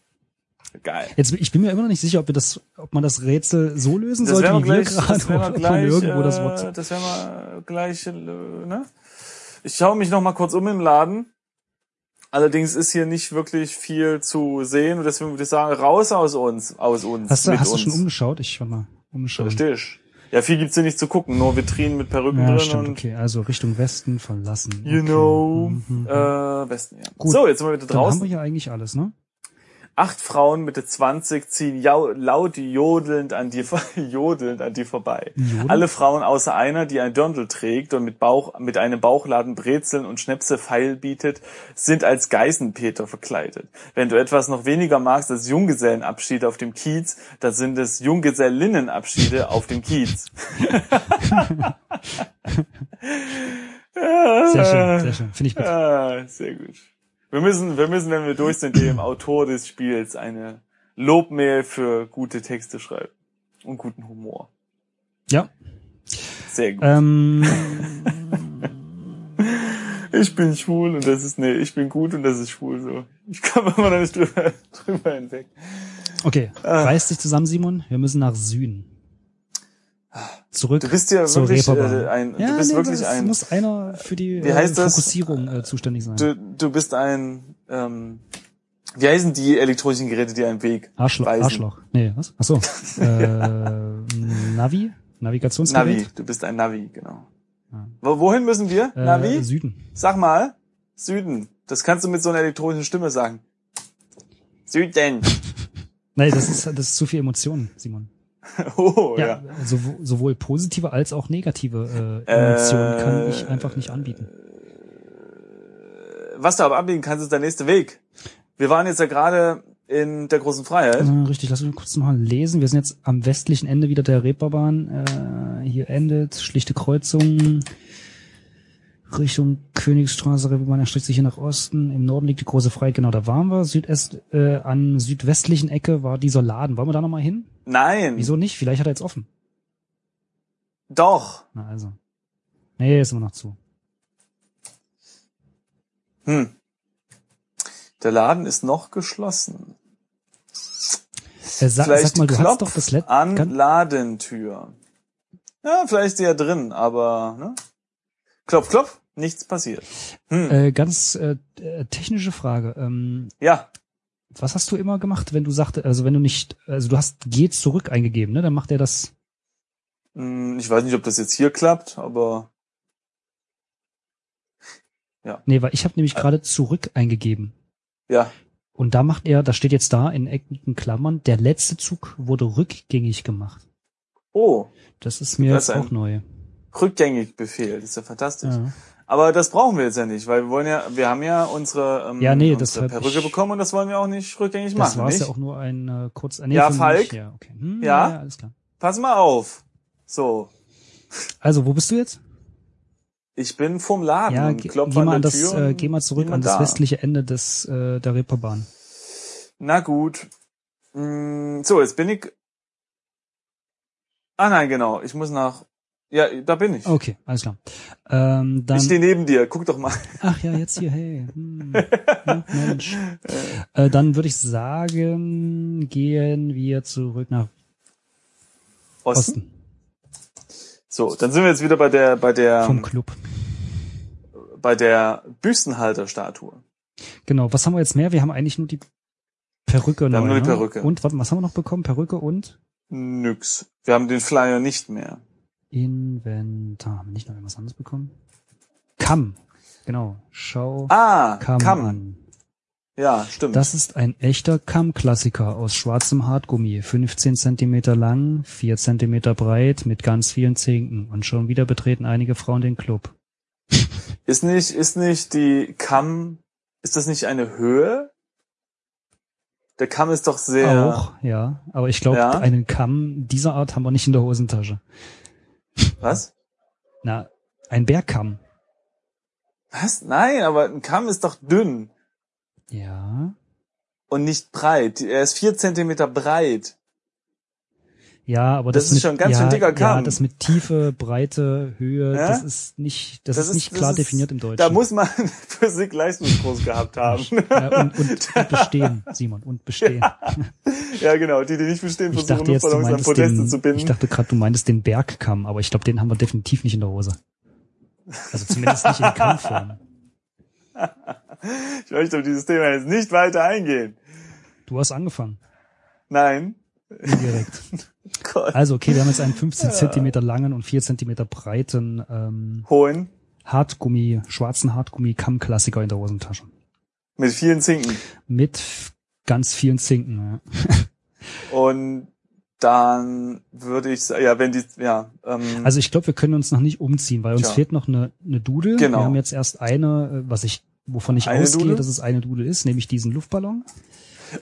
S2: Geil.
S1: Jetzt, ich bin mir immer noch nicht sicher, ob, wir das, ob man das Rätsel so lösen sollte,
S2: werden
S1: wie wir
S2: das
S1: gerade, *laughs*
S2: werden wir
S1: oder ob man irgendwo das Wort
S2: äh, Das wäre mal gleich, äh, ne? Ich schaue mich noch mal kurz um im Laden. Allerdings ist hier nicht wirklich viel zu sehen und deswegen würde ich sagen, raus aus uns, aus uns,
S1: Hast du,
S2: mit
S1: hast du
S2: uns.
S1: schon umgeschaut? Ich schau mal umschauen.
S2: Richtig. Ja, viel gibt's hier nicht zu gucken, nur Vitrinen mit Perücken
S1: Ja,
S2: drin
S1: stimmt,
S2: und
S1: okay. Also Richtung Westen verlassen.
S2: you
S1: okay.
S2: know,
S1: Mhm.
S2: äh, Westen, ja.
S1: Gut.
S2: So, jetzt sind wir wieder
S1: Dann haben wir
S2: draußen.
S1: ja eigentlich alles, ne?
S2: Acht Frauen Mitte 20 ziehen jau- laut jodelnd an dir, vor- *laughs* jodelnd an dir vorbei.
S1: Jodeln?
S2: Alle Frauen außer einer, die ein Dirndl trägt und mit Bauch, mit einem Bauchladen Brezeln und Schnäpse feil bietet, sind als Geißenpeter verkleidet. Wenn du etwas noch weniger magst als Junggesellenabschiede auf dem Kiez, dann sind es Junggesellinnenabschiede auf dem Kiez.
S1: *laughs* Sehr
S2: Äh.
S1: schön, sehr schön. Finde ich gut.
S2: Ah, sehr gut. Wir müssen, wir müssen, wenn wir durch sind, dem Autor des Spiels eine Lobmail für gute Texte schreiben. Und guten Humor.
S1: Ja.
S2: Sehr gut.
S1: Ähm,
S2: Ich bin schwul und das ist, nee, ich bin gut und das ist schwul so. Ich komme *laughs* immer noch nicht drüber, drüber hinweg.
S1: okay,
S2: Ah.
S1: reiß dich zusammen, Simon. Wir müssen nach Süden. Zurück
S2: Du bist ja
S1: zur
S2: wirklich
S1: Reeperbahn.
S2: äh, ein,
S1: ja,
S2: du bist
S1: nee,
S2: wirklich
S1: das
S2: ein,
S1: muss einer für die
S2: Wie heißt
S1: äh,
S2: das?
S1: Fokussierung äh, zuständig sein.
S2: du, du bist ein, ähm, wie heißen die elektronischen Geräte, die einen Weg
S1: Arschloch,
S2: weisen?
S1: Arschloch. Nee, was?
S2: *laughs*
S1: Achso. äh, Navi? Navigationsgerät?
S2: Navi, du bist ein Navi, genau.
S1: Ja.
S2: Wo, wohin müssen wir?
S1: Äh,
S2: Navi?
S1: Süden.
S2: Sag mal, Süden. Das kannst du mit so einer elektronischen Stimme sagen. Süden. *laughs*
S1: Nein, das ist, das ist zu viel Emotionen, Simon.
S2: Oh, ja.
S1: Ja, sow- sowohl positive als auch negative äh, Emotionen kann
S2: Äh,
S1: ich einfach nicht anbieten.
S2: Was du aber anbieten kannst, ist der nächste Weg. Wir waren jetzt ja gerade in der großen Freiheit.
S1: Äh, richtig, lass uns kurz nochmal lesen. Wir sind jetzt am westlichen Ende wieder der Reeperbahn. Äh, hier endet schlichte Kreuzung. Richtung Königsstraße, Reeperbahn erstreckt sich hier nach Osten. Im Norden liegt die große Freiheit, genau, da waren wir. Südest, äh, an südwestlichen Ecke war dieser Laden. Wollen wir da nochmal hin?
S2: Nein.
S1: Wieso nicht? Vielleicht hat er jetzt offen.
S2: Doch.
S1: Na also. Nee, ist immer noch zu.
S2: Hm. Der Laden ist noch geschlossen.
S1: Äh, sag, sag
S2: vielleicht Ah.
S1: mal, du
S2: klopf
S1: hast doch das letzte...
S2: an Ladentür. Ja, vielleicht ist die ja drin, aber ne? Klopf, klopf, nichts passiert. Hm.
S1: Äh, ganz äh, äh, technische Frage. Ähm,
S2: ja,
S1: was hast du immer gemacht, wenn du sagte, also wenn du nicht, also du hast geh zurück eingegeben, ne? Dann macht er das.
S2: Hm, Ich weiß nicht, ob das jetzt hier klappt, aber
S1: Nee, weil ich habe
S2: Äh.
S1: nämlich gerade zurück eingegeben.
S2: ja.
S1: Und da macht er, da steht jetzt da in eckigen Klammern, der letzte Zug wurde rückgängig gemacht.
S2: Oh,
S1: Das ist mir
S2: Das
S1: jetzt
S2: ein-
S1: auch neu.
S2: rückgängig Befehl, das ist ja fantastisch.
S1: Ja.
S2: Aber das brauchen wir jetzt ja nicht, weil wir wollen ja, wir haben ja unsere, ähm,
S1: Ja, nee,
S2: unsere
S1: deshalb
S2: Perücke
S1: ich-
S2: bekommen und das wollen wir auch nicht rückgängig
S1: Das
S2: machen,
S1: war es
S2: nicht?
S1: ja auch nur ein äh, kurz. Nee,
S2: Ja,
S1: für mich,
S2: Falk?
S1: Ja, okay. Hm,
S2: Ja?
S1: ja? ja, alles klar.
S2: Pass mal auf. So,
S1: Also wo bist du jetzt?
S2: ich bin vom Laden
S1: ja,
S2: und
S1: geh,
S2: klopfe
S1: geh
S2: Ah, an
S1: mal
S2: der
S1: an das,
S2: Tür.
S1: äh,
S2: und
S1: geh mal zurück an
S2: niemand
S1: das
S2: da.
S1: westliche Ende des äh, der Reeperbahn.
S2: Na gut. Hm, So, jetzt bin ich. Ah nein, genau. Ich muss nach. Ja, da bin ich.
S1: Okay, alles klar. Ähm, dann
S2: ich stehe neben dir. Guck doch mal.
S1: Ach ja, jetzt hier, hey. Hm. Ja, Mensch. Äh, dann würde ich sagen, gehen wir zurück nach Osten
S2: Osten. So, dann sind wir jetzt wieder bei der bei der
S1: vom Club.
S2: bei der Büstenhalterstatue.
S1: Genau, was haben wir jetzt mehr? Wir haben eigentlich nur die Perücke
S2: Wir
S1: neu,
S2: haben nur die
S1: ne?
S2: Perücke.
S1: Und warte, was haben wir noch bekommen? Perücke und
S2: Nix. Wir haben den Flyer nicht mehr.
S1: Inventar. Haben wir nicht noch irgendwas anderes bekommen? Kamm. Genau. Schau
S2: Ah,
S1: Kamm,
S2: Kamm.
S1: an.
S2: Ja, stimmt.
S1: Das ist ein echter Kammklassiker aus schwarzem Hartgummi, 15 Zentimeter lang, 4 Zentimeter breit, mit ganz vielen Zinken. Und schon wieder betreten einige Frauen den Club.
S2: ist nicht ist nicht die Kamm ist das nicht eine Höhe? Der Kamm ist doch sehr.
S1: Auch, ja. Aber ich glaube,
S2: Ja.
S1: einen Kamm dieser Art haben wir nicht in der Hosentasche.
S2: Was?
S1: Na, ein Bergkamm.
S2: Was? Nein, aber ein Kamm ist doch dünn
S1: Ja.
S2: und nicht breit. Er ist vier Zentimeter breit.
S1: Ja, aber das,
S2: Das ist
S1: mit,
S2: schon ein ganz
S1: ja,
S2: schön dicker
S1: Ja,
S2: Kamm.
S1: das mit Tiefe, Breite, Höhe,
S2: Ja?
S1: das ist nicht, das,
S2: Das
S1: ist
S2: ist-
S1: nicht
S2: das
S1: klar
S2: ist-
S1: definiert im Deutschen.
S2: Da muss man *laughs* Physik Leistungskurs gehabt haben.
S1: ja, und, und, und bestehen, Simon, und bestehen.
S2: *laughs* ja, genau. Die, die nicht bestehen,
S1: ich
S2: versuchen
S1: dachte jetzt, du
S2: Luftballons an
S1: meintest
S2: Podeste
S1: den,
S2: zu
S1: ich
S2: binden.
S1: dachte gerade, du meintest den Bergkamm, aber ich glaube, den haben wir definitiv nicht in der Hose. Also zumindest nicht in Kammform.
S2: Ich möchte auf dieses Thema jetzt nicht weiter eingehen.
S1: Du hast angefangen,
S2: Nein.
S1: indirekt.
S2: Gott.
S1: Also, okay, wir haben jetzt einen 15 Zentimeter langen und 4 Zentimeter breiten ähm,
S2: Hohen.
S1: Hartgummi, schwarzen Hartgummi-Kamm-Klassiker in der Hosentasche.
S2: Mit vielen Zinken.
S1: Mit f- ganz vielen Zinken.
S2: Hm.
S1: Ja.
S2: Und dann würde ich sagen, ja, wenn die, ja, ähm,
S1: Also ich glaube, wir können uns noch nicht umziehen, weil uns
S2: Tja.
S1: fehlt noch eine, eine Dudel.
S2: Genau.
S1: Wir haben jetzt erst eine, äh, was ich, wovon ich
S2: Eine
S1: ausgehe,
S2: Dudel?
S1: dass es eine Dudel ist, nämlich diesen Luftballon.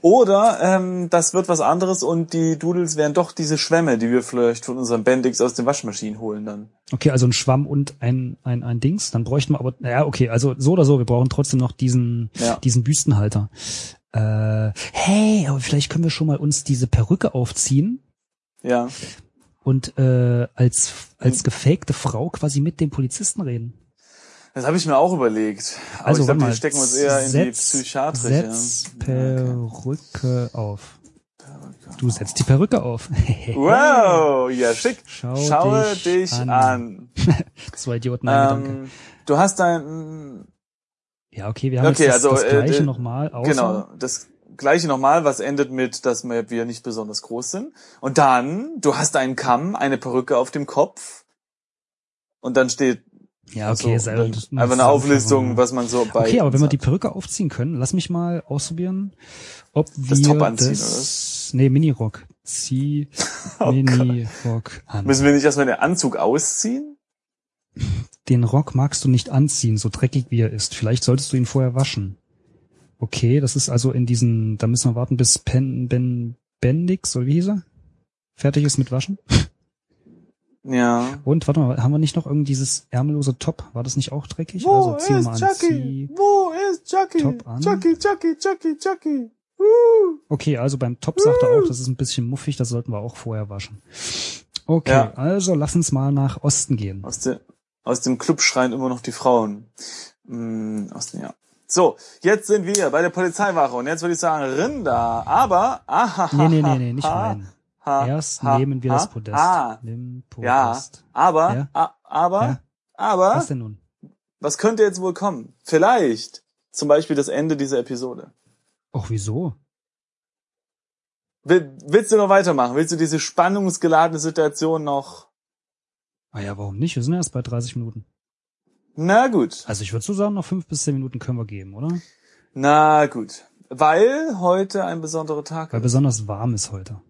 S2: oder ähm, das wird was anderes und die Doodles wären doch diese Schwämme, die wir vielleicht von unseren Bendix aus den Waschmaschinen holen dann.
S1: Okay, also ein Schwamm und ein, ein, ein Dings. Dann bräuchten wir aber, naja, okay, also so oder so, wir brauchen trotzdem noch diesen,
S2: Ja.
S1: diesen Büstenhalter. Äh, hey, aber vielleicht können wir schon mal uns diese Perücke aufziehen
S2: Ja.
S1: und äh, als,
S2: Hm.
S1: als gefakte Frau quasi mit dem Polizisten reden.
S2: Das habe ich mir auch überlegt. Aber
S1: Also
S2: ich glaube,
S1: warte mal,
S2: die stecken uns eher in
S1: setz-
S2: die Psychiatrie.
S1: Setz
S2: ja.
S1: Perücke auf. Du setzt die Perücke auf. *laughs*
S2: Wow, ja schick.
S1: Schau
S2: Schaue
S1: dich
S2: dich,
S1: an.
S2: an.
S1: Zwei Idioten, ein Gedanke.
S2: Ähm, du hast dein
S1: Ja, okay, wir haben
S2: okay,
S1: jetzt das,
S2: also,
S1: das
S2: äh,
S1: gleiche
S2: äh,
S1: nochmal. Außer,
S2: genau das gleiche nochmal, was endet mit, dass wir wir nicht besonders groß sind. Und dann, du hast einen Kamm, eine Perücke auf dem Kopf. Und dann steht
S1: Ja, okay,
S2: so,
S1: sei-
S2: Also, dann
S1: das-
S2: einfach eine
S1: das-
S2: Auflistung, was man so bei
S1: Okay, aber wenn wir die
S2: uns hat.
S1: Perücke aufziehen können, lass mich mal ausprobieren, ob wir
S2: Das Top anziehen,
S1: das, Nee, Minirock. Zieh
S2: *laughs* Oh
S1: Minirock an.
S2: müssen wir nicht erstmal den Anzug ausziehen?
S1: Den Rock magst du nicht anziehen, so dreckig wie er ist. Vielleicht solltest du ihn vorher waschen. Okay, das ist also in diesen, da müssen wir warten, bis Pen, ben, Bendix, oder wie hieß er? Fertig ist mit Waschen.
S2: Ja.
S1: Und warte mal, haben wir nicht noch irgend dieses ärmellose Top? War das nicht auch dreckig? also zieh mal an. Zieh.
S2: Wo ist Chucky?
S1: Top an.
S2: Chucky, Chucky, Chucky.
S1: Okay, also beim Top sagt er auch, das ist ein bisschen muffig, das sollten wir auch vorher waschen. Okay,
S2: Ja.
S1: also lass uns mal nach Osten gehen.
S2: Aus, de, aus dem Club schreien immer noch die Frauen. Mm, aus dem, ja. So, jetzt sind wir bei der Polizeiwache und jetzt würde ich sagen Rinder, aber aha.
S1: Nee, nee, nee, nee, nicht
S2: ha,
S1: rein.
S2: ha,
S1: Erst
S2: ha,
S1: nehmen wir
S2: ha,
S1: das Podest.
S2: Ah,
S1: Nimm
S2: Ja.
S1: Podest.
S2: aber,
S1: Ja.
S2: a, aber,
S1: Ja.
S2: aber,
S1: Was
S2: was,
S1: denn nun?
S2: könnte jetzt wohl kommen? Vielleicht zum Beispiel das Ende dieser Episode.
S1: Ach, wieso?
S2: Will, willst du noch weitermachen? Willst du diese spannungsgeladene Situation noch?
S1: Ah ja, warum nicht? Wir sind erst bei 30 Minuten.
S2: Na gut.
S1: Also ich würde so sagen, noch fünf bis zehn Minuten können wir geben, oder?
S2: Na gut. Weil heute ein besonderer Tag
S1: Weil
S2: ist.
S1: besonders warm ist heute.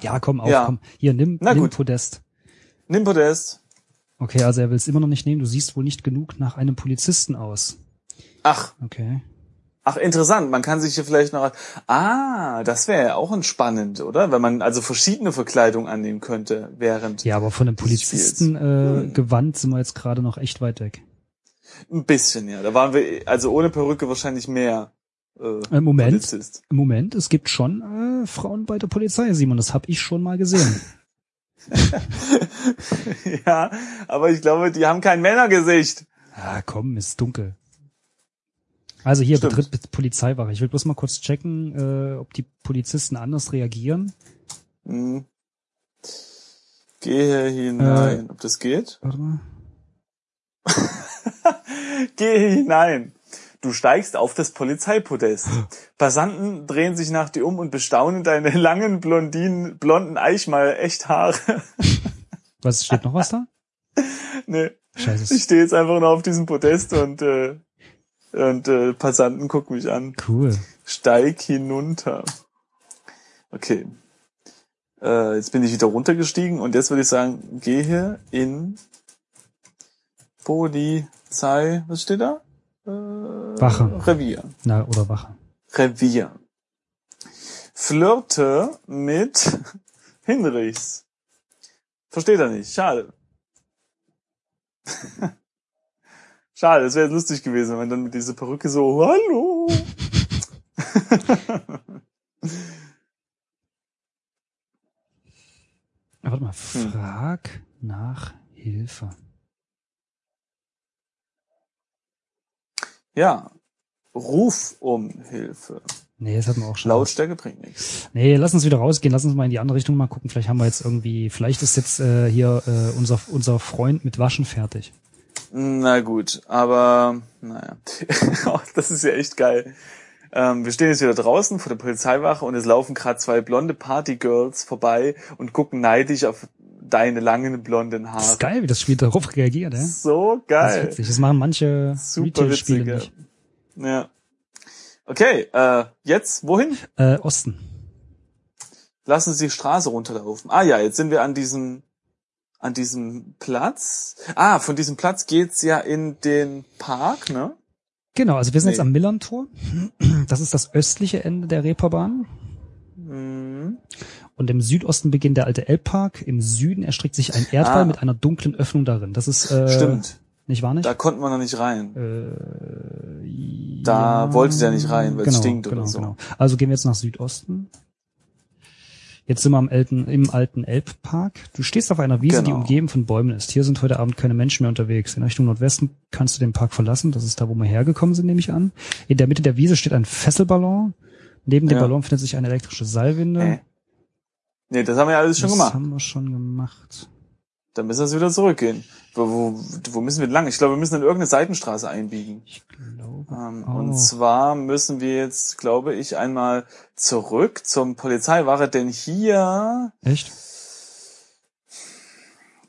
S1: Ja, komm auf,
S2: Ja.
S1: komm. Hier, nimm,
S2: Na
S1: nimm
S2: gut.
S1: Podest.
S2: Nimm Podest.
S1: Okay, also er will es immer noch nicht nehmen. Du siehst wohl nicht genug nach einem Polizisten aus.
S2: Ach,
S1: Okay.
S2: ach, interessant. Man kann sich hier vielleicht noch. Ah, das wäre ja auch entspannend, oder? Wenn man also verschiedene Verkleidung annehmen könnte während.
S1: Ja, aber von einem
S2: Des Spiels.
S1: Polizisten äh, gewandt sind wir jetzt gerade noch echt weit weg.
S2: Ein bisschen, ja. Da waren wir also ohne Perücke wahrscheinlich mehr. Äh,
S1: Äh, Moment.
S2: Polizist. *laughs*
S1: Im Moment, es gibt schon äh, Frauen bei der Polizei, Simon. Das habe ich schon mal gesehen.
S2: ja, aber ich glaube, die haben kein Männergesicht.
S1: *laughs* ah, komm, ist dunkel. Also hier
S2: Stimmt.
S1: betritt Bet- Polizeiwache. Ich will bloß mal kurz checken, äh, ob die Polizisten anders reagieren.
S2: Hm. Gehe hinein.
S1: Äh.
S2: Ob das geht?
S1: Warte mal.
S2: Gehe hinein. Du steigst auf das Polizeipodest. Passanten drehen sich nach dir um und bestaunen deine langen, blondinen, blonden Eichmal-Echthaare.
S1: Was steht noch was *laughs* da?
S2: *laughs* nee, ich
S1: Scheiße.
S2: stehe jetzt einfach nur auf diesem Podest und, äh, und äh, Passanten gucken mich an.
S1: Cool.
S2: Steig hinunter. Okay. Äh, jetzt bin ich wieder runtergestiegen und jetzt würde ich sagen, gehe in Polizei. Was steht da? Äh,
S1: Wache.
S2: Revier.
S1: Na, oder Wache.
S2: Revier. Flirte mit *laughs* Hinrichs. Versteht er nicht. Schade. *laughs* Schade, es wäre lustig gewesen, wenn dann mit dieser Perücke so, hallo.
S1: Ah, Warte mal, frag nach Hilfe.
S2: ja. Ruf um Hilfe.
S1: Nee, das hatten wir auch schon.
S2: Lautstärke bringt nichts.
S1: Nee, lass uns wieder rausgehen, lass uns mal in die andere Richtung mal gucken. Vielleicht haben wir jetzt irgendwie, vielleicht ist jetzt äh, hier äh, unser, unser Freund mit Waschen fertig.
S2: Na gut, aber naja. *laughs* Auch das ist ja echt geil. Ähm, wir stehen jetzt wieder draußen vor der Polizeiwache und es laufen gerade zwei blonde Partygirls vorbei und gucken neidisch auf deine langen blonden
S1: Das ist
S2: Haare.
S1: geil, wie das Spiel darauf reagiert, ja? Das ist
S2: So Ah. geil.
S1: witzig. Das machen manche
S2: Super
S1: Retail-Spiele
S2: witzig.
S1: nicht.
S2: Ja. ja. Okay, äh, jetzt wohin?
S1: Äh, Osten.
S2: Lass uns die Straße runterlaufen. Ah ja, jetzt sind wir an diesem an diesem Platz. Ah, von diesem Platz geht's ja in den Park, ne?
S1: Genau, also wir sind
S2: Nee.
S1: jetzt am Millern-Tor. Das ist das östliche Ende der Reeperbahn.
S2: Mhm.
S1: Und im Südosten beginnt der alte Elbpark. Im Süden erstreckt sich ein Erdwall
S2: Ah.
S1: mit einer dunklen Öffnung darin. Das ist äh,
S2: Stimmt.
S1: nicht wahr nicht?
S2: Da konnten wir noch nicht rein.
S1: äh,
S2: Da wollte der nicht rein, weil es stinkt oder
S1: genau,
S2: so.
S1: Genau. Also gehen wir jetzt nach Südosten. Jetzt sind wir am alten, im alten Elbpark. Du stehst auf einer Wiese, die
S2: Genau.
S1: umgeben von Bäumen ist. Hier sind heute Abend keine Menschen mehr unterwegs. In Richtung Nordwesten kannst du den Park verlassen. Das ist da, wo wir hergekommen sind, nehme ich an. In der Mitte der Wiese steht ein Fesselballon. Neben dem
S2: Ja.
S1: Ballon findet sich eine elektrische Seilwinde.
S2: Hä? Nee, das haben wir ja alles schon
S1: das
S2: gemacht.
S1: haben wir schon gemacht.
S2: Dann müssen wir jetzt wieder zurückgehen. Wo, wo, wo müssen wir lang? Ich glaube, wir müssen in irgendeine Seitenstraße einbiegen.
S1: Ich glaube.
S2: Ähm,
S1: Oh.
S2: Und zwar müssen wir jetzt, glaube ich, einmal zurück zum Polizeiwache, denn hier,
S1: Echt?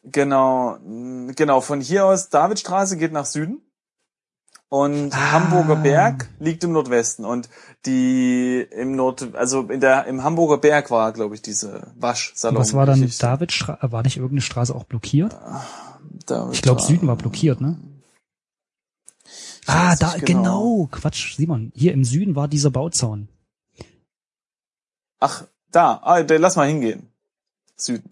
S2: genau, mh, genau, von hier aus Davidstraße geht nach Süden. Und
S1: Ah.
S2: Hamburger Berg liegt im Nordwesten. Und die im Nord, also in der, im Hamburger Berg war, glaube ich, diese Waschsalon.
S1: Und was war dann
S2: Geschichte.
S1: Davidstraße? War nicht irgendeine Straße auch blockiert?
S2: David
S1: Ich glaube, Süden war blockiert, ne? Ah,
S2: weiß
S1: da,
S2: nicht
S1: genau.
S2: genau.
S1: Quatsch, Simon. Hier im Süden war dieser Bauzaun.
S2: Ach, da. Ah, da- lass mal hingehen. Süden.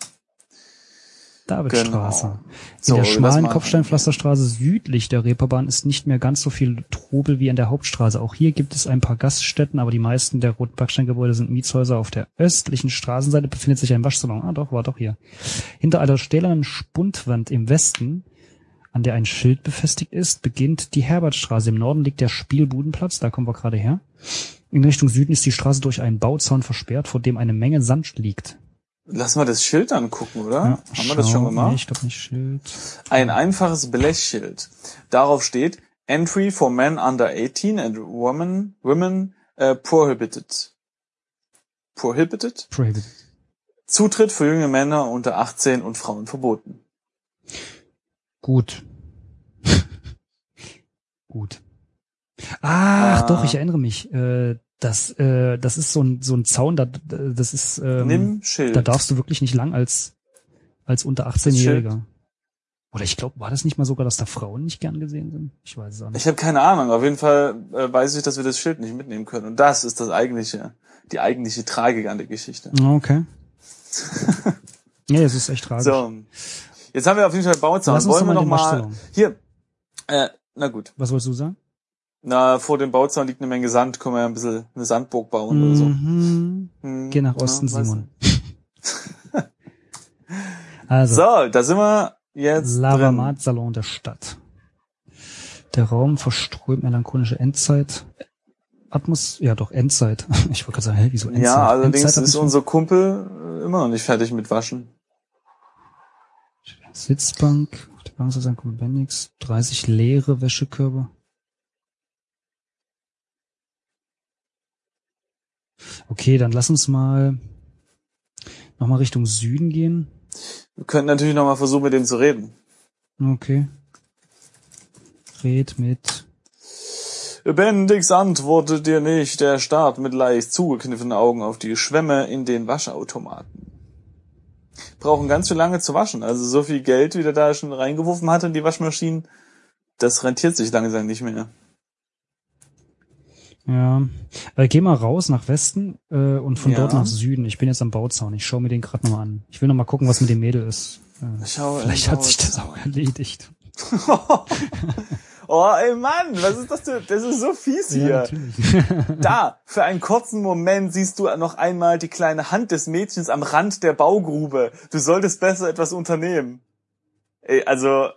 S1: Davidstraße.
S2: Genau.
S1: In
S2: So,
S1: der
S2: lass
S1: schmalen
S2: mal-
S1: Kopfsteinpflasterstraße südlich der Reeperbahn ist nicht mehr ganz so viel Trubel wie an der Hauptstraße. Auch hier gibt es ein paar Gaststätten, aber die meisten der roten Backsteingebäude sind Mietshäuser. Auf der östlichen Straßenseite befindet sich ein Waschsalon. Ah, doch, war doch hier. Hinter einer stählernen Spundwand im Westen, an der ein Schild befestigt ist, beginnt die Herbertstraße. Im Norden liegt der Spielbudenplatz, da kommen wir gerade her. In Richtung Süden ist die Straße durch einen Bauzaun versperrt, vor dem eine Menge Sand liegt.
S2: Lass mal das Schild angucken, oder? Ah, Haben wir das
S1: schau-
S2: schon gemacht?
S1: Nee, ich glaube nicht Schild.
S2: Ein einfaches Blechschild. Darauf steht Entry for men under 18 and women, women äh, prohibited. Prohibited?
S1: Prohibited.
S2: Zutritt für junge Männer unter 18 und Frauen verboten.
S1: Gut. *laughs* Gut. Ach,
S2: Ah.
S1: doch, ich erinnere mich. Äh, das, äh, das ist so ein, so ein Zaun, da, das ist, ähm,
S2: Nimm Schild.
S1: da darfst du wirklich nicht lang als, als unter
S2: Schild.
S1: 18-Jähriger. Oder ich glaube, war das nicht mal sogar, dass da Frauen nicht gern gesehen sind? Ich weiß es auch nicht.
S2: ich habe keine Ahnung. Auf jeden Fall äh, weiß ich, dass wir das Schild nicht mitnehmen können. Und das ist das eigentliche, die eigentliche Tragik an der Geschichte.
S1: Okay. *laughs* ja, das ist echt tragisch.
S2: So. Jetzt haben wir auf jeden Fall Bauzaun.
S1: Lass uns
S2: Wollen wir
S1: doch
S2: noch
S1: mal in
S2: mal
S1: den Waschsalon.
S2: hier. Äh, na gut.
S1: Was wolltest du sagen?
S2: Na, vor dem Bauzaun liegt eine Menge Sand. Können wir ja ein bisschen eine Sandburg bauen oder so.
S1: Mhm.
S2: Hm,
S1: Geh nach
S2: ja,
S1: Osten,
S2: weiß
S1: Simon.
S2: nicht.
S1: *laughs*
S2: *laughs*
S1: Also,
S2: So, da sind wir jetzt drin.
S1: Lavamat-Salon der Stadt. Der Raum verströmt melancholische Endzeit. Atmos, ja doch, Endzeit. *laughs* Ich wollte gerade sagen, hä, wieso Endzeit?
S2: Ja, allerdings ist
S1: Endzeitatmosphäre?
S2: unser Kumpel äh, immer noch nicht fertig mit Waschen.
S1: Sitzbank, auf der Bank soll sein Kompendix, 30 leere Wäschekörbe. Okay, dann lass uns mal nochmal Richtung Süden gehen.
S2: Wir könnten natürlich nochmal versuchen, mit dem zu reden.
S1: Okay. Red mit
S2: Bendix antwortet dir nicht. Er starrt mit leicht zugekniffenen Augen auf die Schwämme in den Waschautomaten. Brauchen ganz schön lange zu waschen. Also so viel Geld, wie der da schon reingeworfen hatte in die Waschmaschinen, das rentiert sich langsam nicht mehr.
S1: Ja. Äh, geh mal raus nach Westen äh, und von
S2: Ja.
S1: dort nach Süden. Ich bin jetzt am Bauzaun. Ich schaue mir den gerade nochmal an. Ich will nochmal gucken, was mit dem Mädel ist. Äh,
S2: Schau,
S1: vielleicht hat sich das auch erledigt.
S2: Oh, ey Mann, was ist das denn? Das ist so fies hier.
S1: natürlich.
S2: Da, für einen kurzen Moment siehst du noch einmal die kleine Hand des Mädchens am Rand der Baugrube. Du solltest besser etwas unternehmen. Ey, also,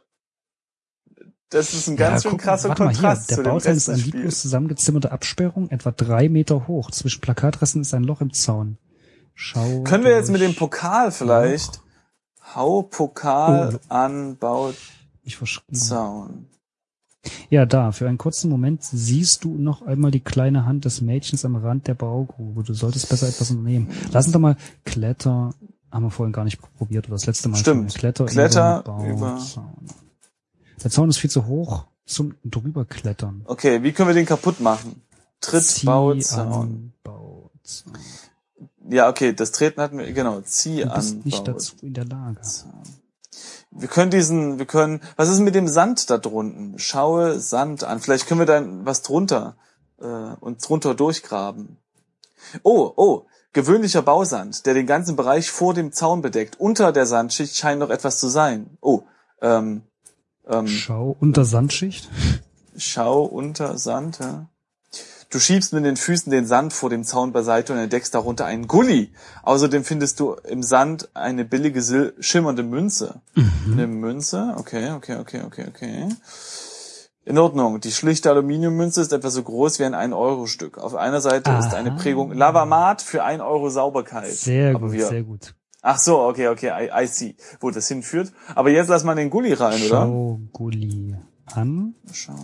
S2: das ist ein *laughs* ganz
S1: Ja,
S2: schön
S1: guck mal,
S2: krasser
S1: warte mal hier.
S2: Kontrast zu
S1: Der
S2: dem
S1: Bauzaun ist
S2: letzten
S1: eine
S2: Spiel.
S1: lieblos zusammengezimmerte Absperrung, etwa drei Meter hoch. Zwischen Plakatresten ist ein Loch im Zaun. Schau.
S2: Können wir jetzt mit dem
S1: durch-
S2: Pokal vielleicht? Hau Pokal
S1: Oh.
S2: an Bauzaun.
S1: Ich verstehe. Ja, da. Für einen kurzen Moment siehst du noch einmal die kleine Hand des Mädchens am Rand der Baugrube. Du solltest besser etwas unternehmen. Lass uns doch mal Kletter. Haben wir vorhin gar nicht probiert oder das letzte Mal.
S2: Stimmt.
S1: schon. Kletter,
S2: Kletter
S1: über den
S2: über-
S1: Bauzaun. Der Zaun ist viel zu hoch zum drüberklettern.
S2: Okay, wie können wir den kaputt machen? Tritt
S1: Zieh
S2: Bauzaun.
S1: an Bauzaun.
S2: Ja, okay, das Treten hatten wir, genau, zieh
S1: Du
S2: an
S1: bist nicht
S2: Bauzaun.
S1: dazu in der Lage.
S2: Wir können diesen, wir können, was ist mit dem Sand da drunten? Schaue Sand an. Vielleicht können wir dann was drunter äh, und drunter durchgraben. Oh, oh, gewöhnlicher Bausand, der den ganzen Bereich vor dem Zaun bedeckt. Unter der Sandschicht scheint noch etwas zu sein. Oh, ähm, ähm,
S1: Schau unter Sandschicht.
S2: schau unter Sand. Ja? Du schiebst mit den Füßen den Sand vor dem Zaun beiseite und entdeckst darunter einen Gully. Außerdem findest du im Sand eine billige sil schimmernde Münze.
S1: Mhm.
S2: Eine Münze? Okay, okay, okay, okay, okay. In Ordnung. Die schlichte Aluminiummünze ist etwa so groß wie ein 1-Euro-Stück. Auf einer Seite ist eine
S1: Aha.
S2: Prägung Lavamat für 1 Euro Sauberkeit.
S1: Sehr
S2: Aber
S1: gut,
S2: wir-
S1: sehr gut.
S2: Ach so, okay, okay, I, I see, wo das hinführt. Aber jetzt lass mal den Gully rein, oder?
S1: Schau Gulli an.
S2: Schau.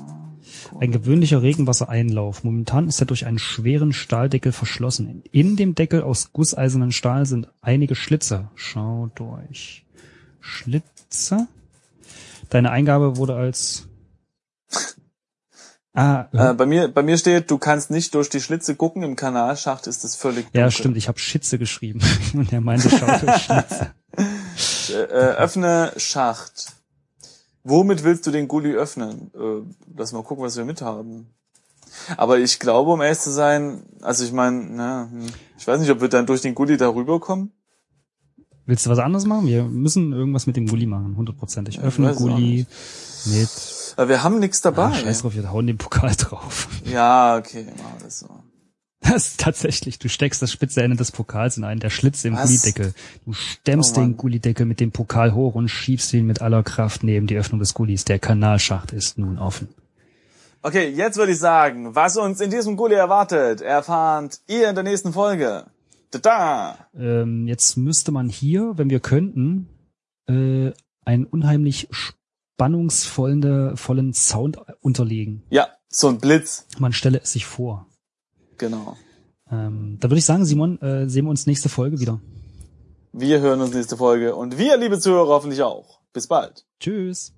S1: Ein gewöhnlicher Regenwassereinlauf. Momentan ist er durch einen schweren Stahldeckel verschlossen. In dem Deckel aus gusseisernen Stahl sind einige Schlitze. Schau durch. Schlitze? Deine Eingabe wurde als... Ah,
S2: Äh, bei mir, bei mir steht, du kannst nicht durch die Schlitze gucken. Im Kanalschacht ist es völlig.
S1: ja
S2: dunkel.
S1: stimmt, ich habe Schitze geschrieben. *laughs* Und er meinte, schau
S2: *laughs*
S1: durch Schlitze.
S2: Äh, äh, öffne Schacht. Womit willst du den Gully öffnen? Äh, lass mal gucken, was wir mithaben. Aber ich glaube, um ehrlich zu sein, also ich meine, na, hm, ich weiß nicht, ob wir dann durch den Gully da rüberkommen.
S1: Willst du was anderes machen? Wir müssen irgendwas mit dem Gulli machen, hundertprozentig.
S2: Ich
S1: Öffne
S2: weiß es auch
S1: Gulli mit...
S2: Äh, wir haben nichts dabei.
S1: Ah, scheiß drauf, wir hauen den Pokal drauf.
S2: ja, okay, machen wir das so.
S1: Das ist tatsächlich, du steckst das spitze Ende des Pokals in einen der Schlitze im
S2: Was?
S1: Gullideckel. Du stemmst
S2: Oh Mann.
S1: den Gullideckel mit dem Pokal hoch und schiebst ihn mit aller Kraft neben die Öffnung des Gullis. Der Kanalschacht ist nun offen.
S2: Okay, jetzt würde ich sagen, was uns in diesem Gully erwartet, erfahrt ihr in der nächsten Folge. Tada!
S1: Ähm, jetzt müsste man hier, wenn wir könnten, äh, einen unheimlich spannungsvollen vollen Sound unterlegen.
S2: Ja, so ein Blitz,
S1: Man stelle es sich vor.
S2: genau.
S1: Ähm, da würde ich sagen, Simon, äh, sehen wir uns nächste Folge wieder.
S2: Wir hören uns nächste Folge und wir, liebe Zuhörer, hoffentlich auch. Bis bald.
S1: Tschüss.